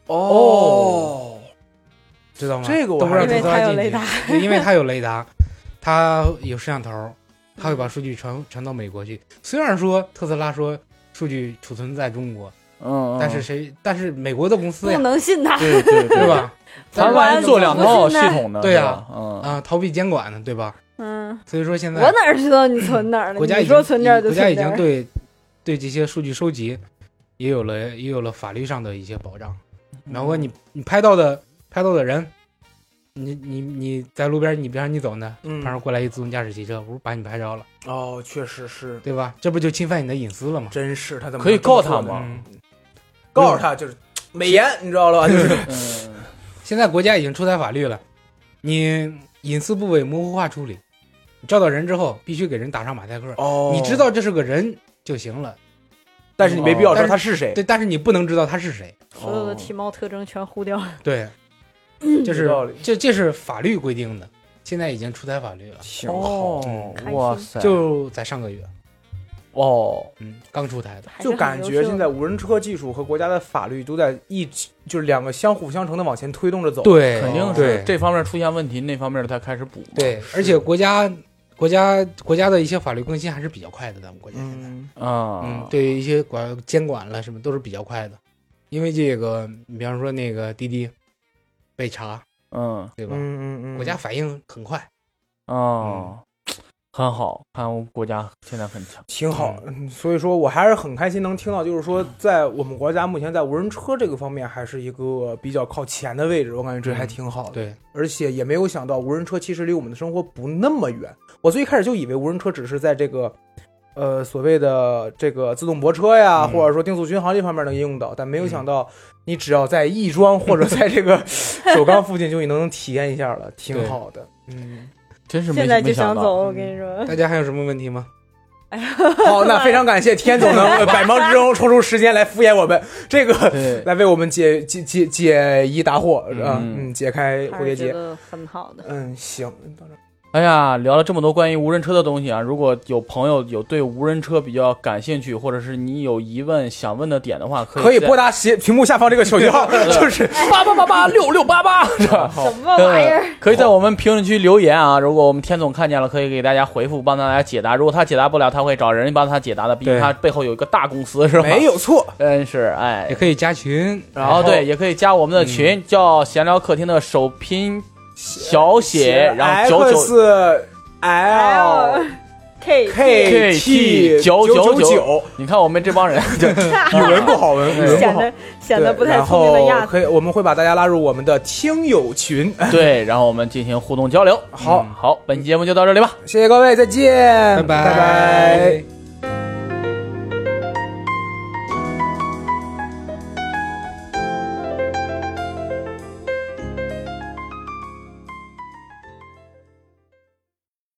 A: 哦，
D: 知道吗？
A: 这个我
D: 都不
A: 还
D: 让
C: 因为
D: 特斯
C: 它
D: 拉
C: 有
D: 进
C: 雷
D: 去
C: 达，，
D: 对因为它有雷达，它有摄像头，它会把数据传传到美国去。虽然说特斯拉说数据储存在中国，
B: 嗯，嗯
D: 但是谁？但是美国的公司
C: 不
D: 呀，
C: 能信它。
B: 对
C: *laughs*
B: 对
D: *laughs*
B: *laughs*
D: 对？吧？
B: 咱
C: 不
B: 万
C: 然
B: 一做两
C: 怎么
B: 套系
C: 信呢
B: 统呢？
D: 对
B: 呀、
D: 呀
B: 嗯
D: 啊，逃避监管呢，对吧？
C: 嗯，
D: 所以说现在
C: 我哪儿知道你存哪儿呢？
D: 国家
C: 你
D: 已
C: 说
D: 经
C: 存这儿就
D: 国家
C: 存
D: 已
C: 这
D: 经
C: 儿。
D: 对对这些数据收集也有了也有了法律上的一些保障，包
C: 嗯
D: 括你你拍到的拍到的人，你你你在路边你别让你走呢，
A: 嗯
D: 旁边过来一自动驾驶汽车，不是把你拍着了，
A: 哦，确实是，
D: 对吧？这不就侵犯你的隐私了吗？
A: 真是他怎么
B: 可以
A: 能这么做
B: 告他
A: 呢
B: 吗
D: 嗯，
A: 告诉他就是美颜，你知道了吧？就是
B: *laughs* 嗯
D: 现在国家已经出台法律了，你隐私部位模糊化处理，你照到人之后必须给人打上马赛克，
A: 哦
D: 你知，道这是个人就行了，
A: 但是你没必要知
D: 但
A: 道
D: 是
A: 他是谁。
D: 对，但是你不能知道他是谁，
C: 所
A: 哦
C: 有的体貌特征全糊掉。
D: 对，这
A: 有
D: 是
A: 道理
D: 这这是法律规定的，现在已经出台法律了，
B: 挺
A: 哦
C: 开
B: 哇
C: 心
B: 塞，
D: 就在上个月，
B: 哦，
D: 嗯，刚出台的，
C: 还是
A: 就
C: 很
A: 感
C: 优
A: 觉
C: 秀
A: 现在无人车技术和国家的法律都在一起，就是两个相互相成的往前推动着走。，
D: 对
B: 肯定是
D: 对
B: 这方面出现问题，那方面他开始补嘛。
D: 对，而且国家国家国家的一些法律更新还是比较快的，咱们国家现在，
A: 嗯，
B: 啊，
D: 嗯，对于一些管监管了什么都是比较快的，因为这个，你比方说那个滴滴被查，
B: 嗯
D: 对
A: 嗯
D: 吧？
A: 嗯嗯，
D: 国家反应很快，嗯
B: 哦，很好，看我们国家现在很强。
A: 挺好，嗯所以说我还是很开心能听到，就是说在我们国家目前在无人车这个方面还是一个比较靠前的位置，我感觉这还挺好的。，
D: 对，
A: 而且也没有想到无人车其实离我们的生活不那么远。我最开始就以为无人车只是在这个。呃，所谓的这个自动泊车呀，
D: 嗯
A: 或者说定速巡航这方面能应用到，但没有想到你只要在亦庄或者在这个首钢附近就已经能体验一下了，挺
D: 对
A: 好的。嗯，
B: 真是没
C: 现在
B: 没
C: 就
B: 想
C: 想
B: 到
C: 走，我跟你说。
D: 大家还有什么问题吗？
A: 好，那非常感谢天总能呃百忙之中抽出时间来敷衍我们，这个
B: 对，
A: 来为我们解解解解疑答惑啊，
B: 嗯
A: 嗯，解开
C: 还
A: 蝴蝶
C: 是觉
A: 结。
C: 得很好的，
A: 嗯，行，到这儿
B: 哎呀，聊了这么多关于无人车的东西啊！如果有朋友有对无人车比较感兴趣，或者是你有疑问想问的点的话，可以
A: 可以
B: 在
A: 拨打斜屏幕下方这个手机
B: *laughs*
A: 号，就是
B: 八八八八六六八 *laughs* 八，是吧？
C: 什么玩意儿？
B: 呃可以在我们评论区留言啊！如果我们天总看见了，可以给大家回复，帮大家解答。如果他解答不了，他会找人帮他解答的，毕竟
D: 对
B: 他背后有一个大公司，是吧？ *laughs*
A: 没，有错。
B: 真是哎
D: 也。可以加群，
B: 然后对，也可以嗯加我们的群，叫“闲聊客厅”的首拼小 *laughs* 写，然后九九
A: 四
C: 哎 *laughs*
A: L
C: K
A: K
B: KT
A: 九
B: 九九。
A: 九，
B: 你看我们这帮 *laughs* 人，对
A: 语文不好文，语文不
C: 显
A: 好。
C: 得显得
A: 对
C: 不太
A: 然
C: 聪明的
A: 后
C: 样子。
A: 可以，我们会把大家拉入我们的听友群。
B: *laughs*
A: 哎
B: 对，然后我们进行互动交流。
A: 好
B: 嗯好，本期节目就到这里吧。
A: 谢谢各位，再见，
D: 拜
A: 拜拜。
D: 拜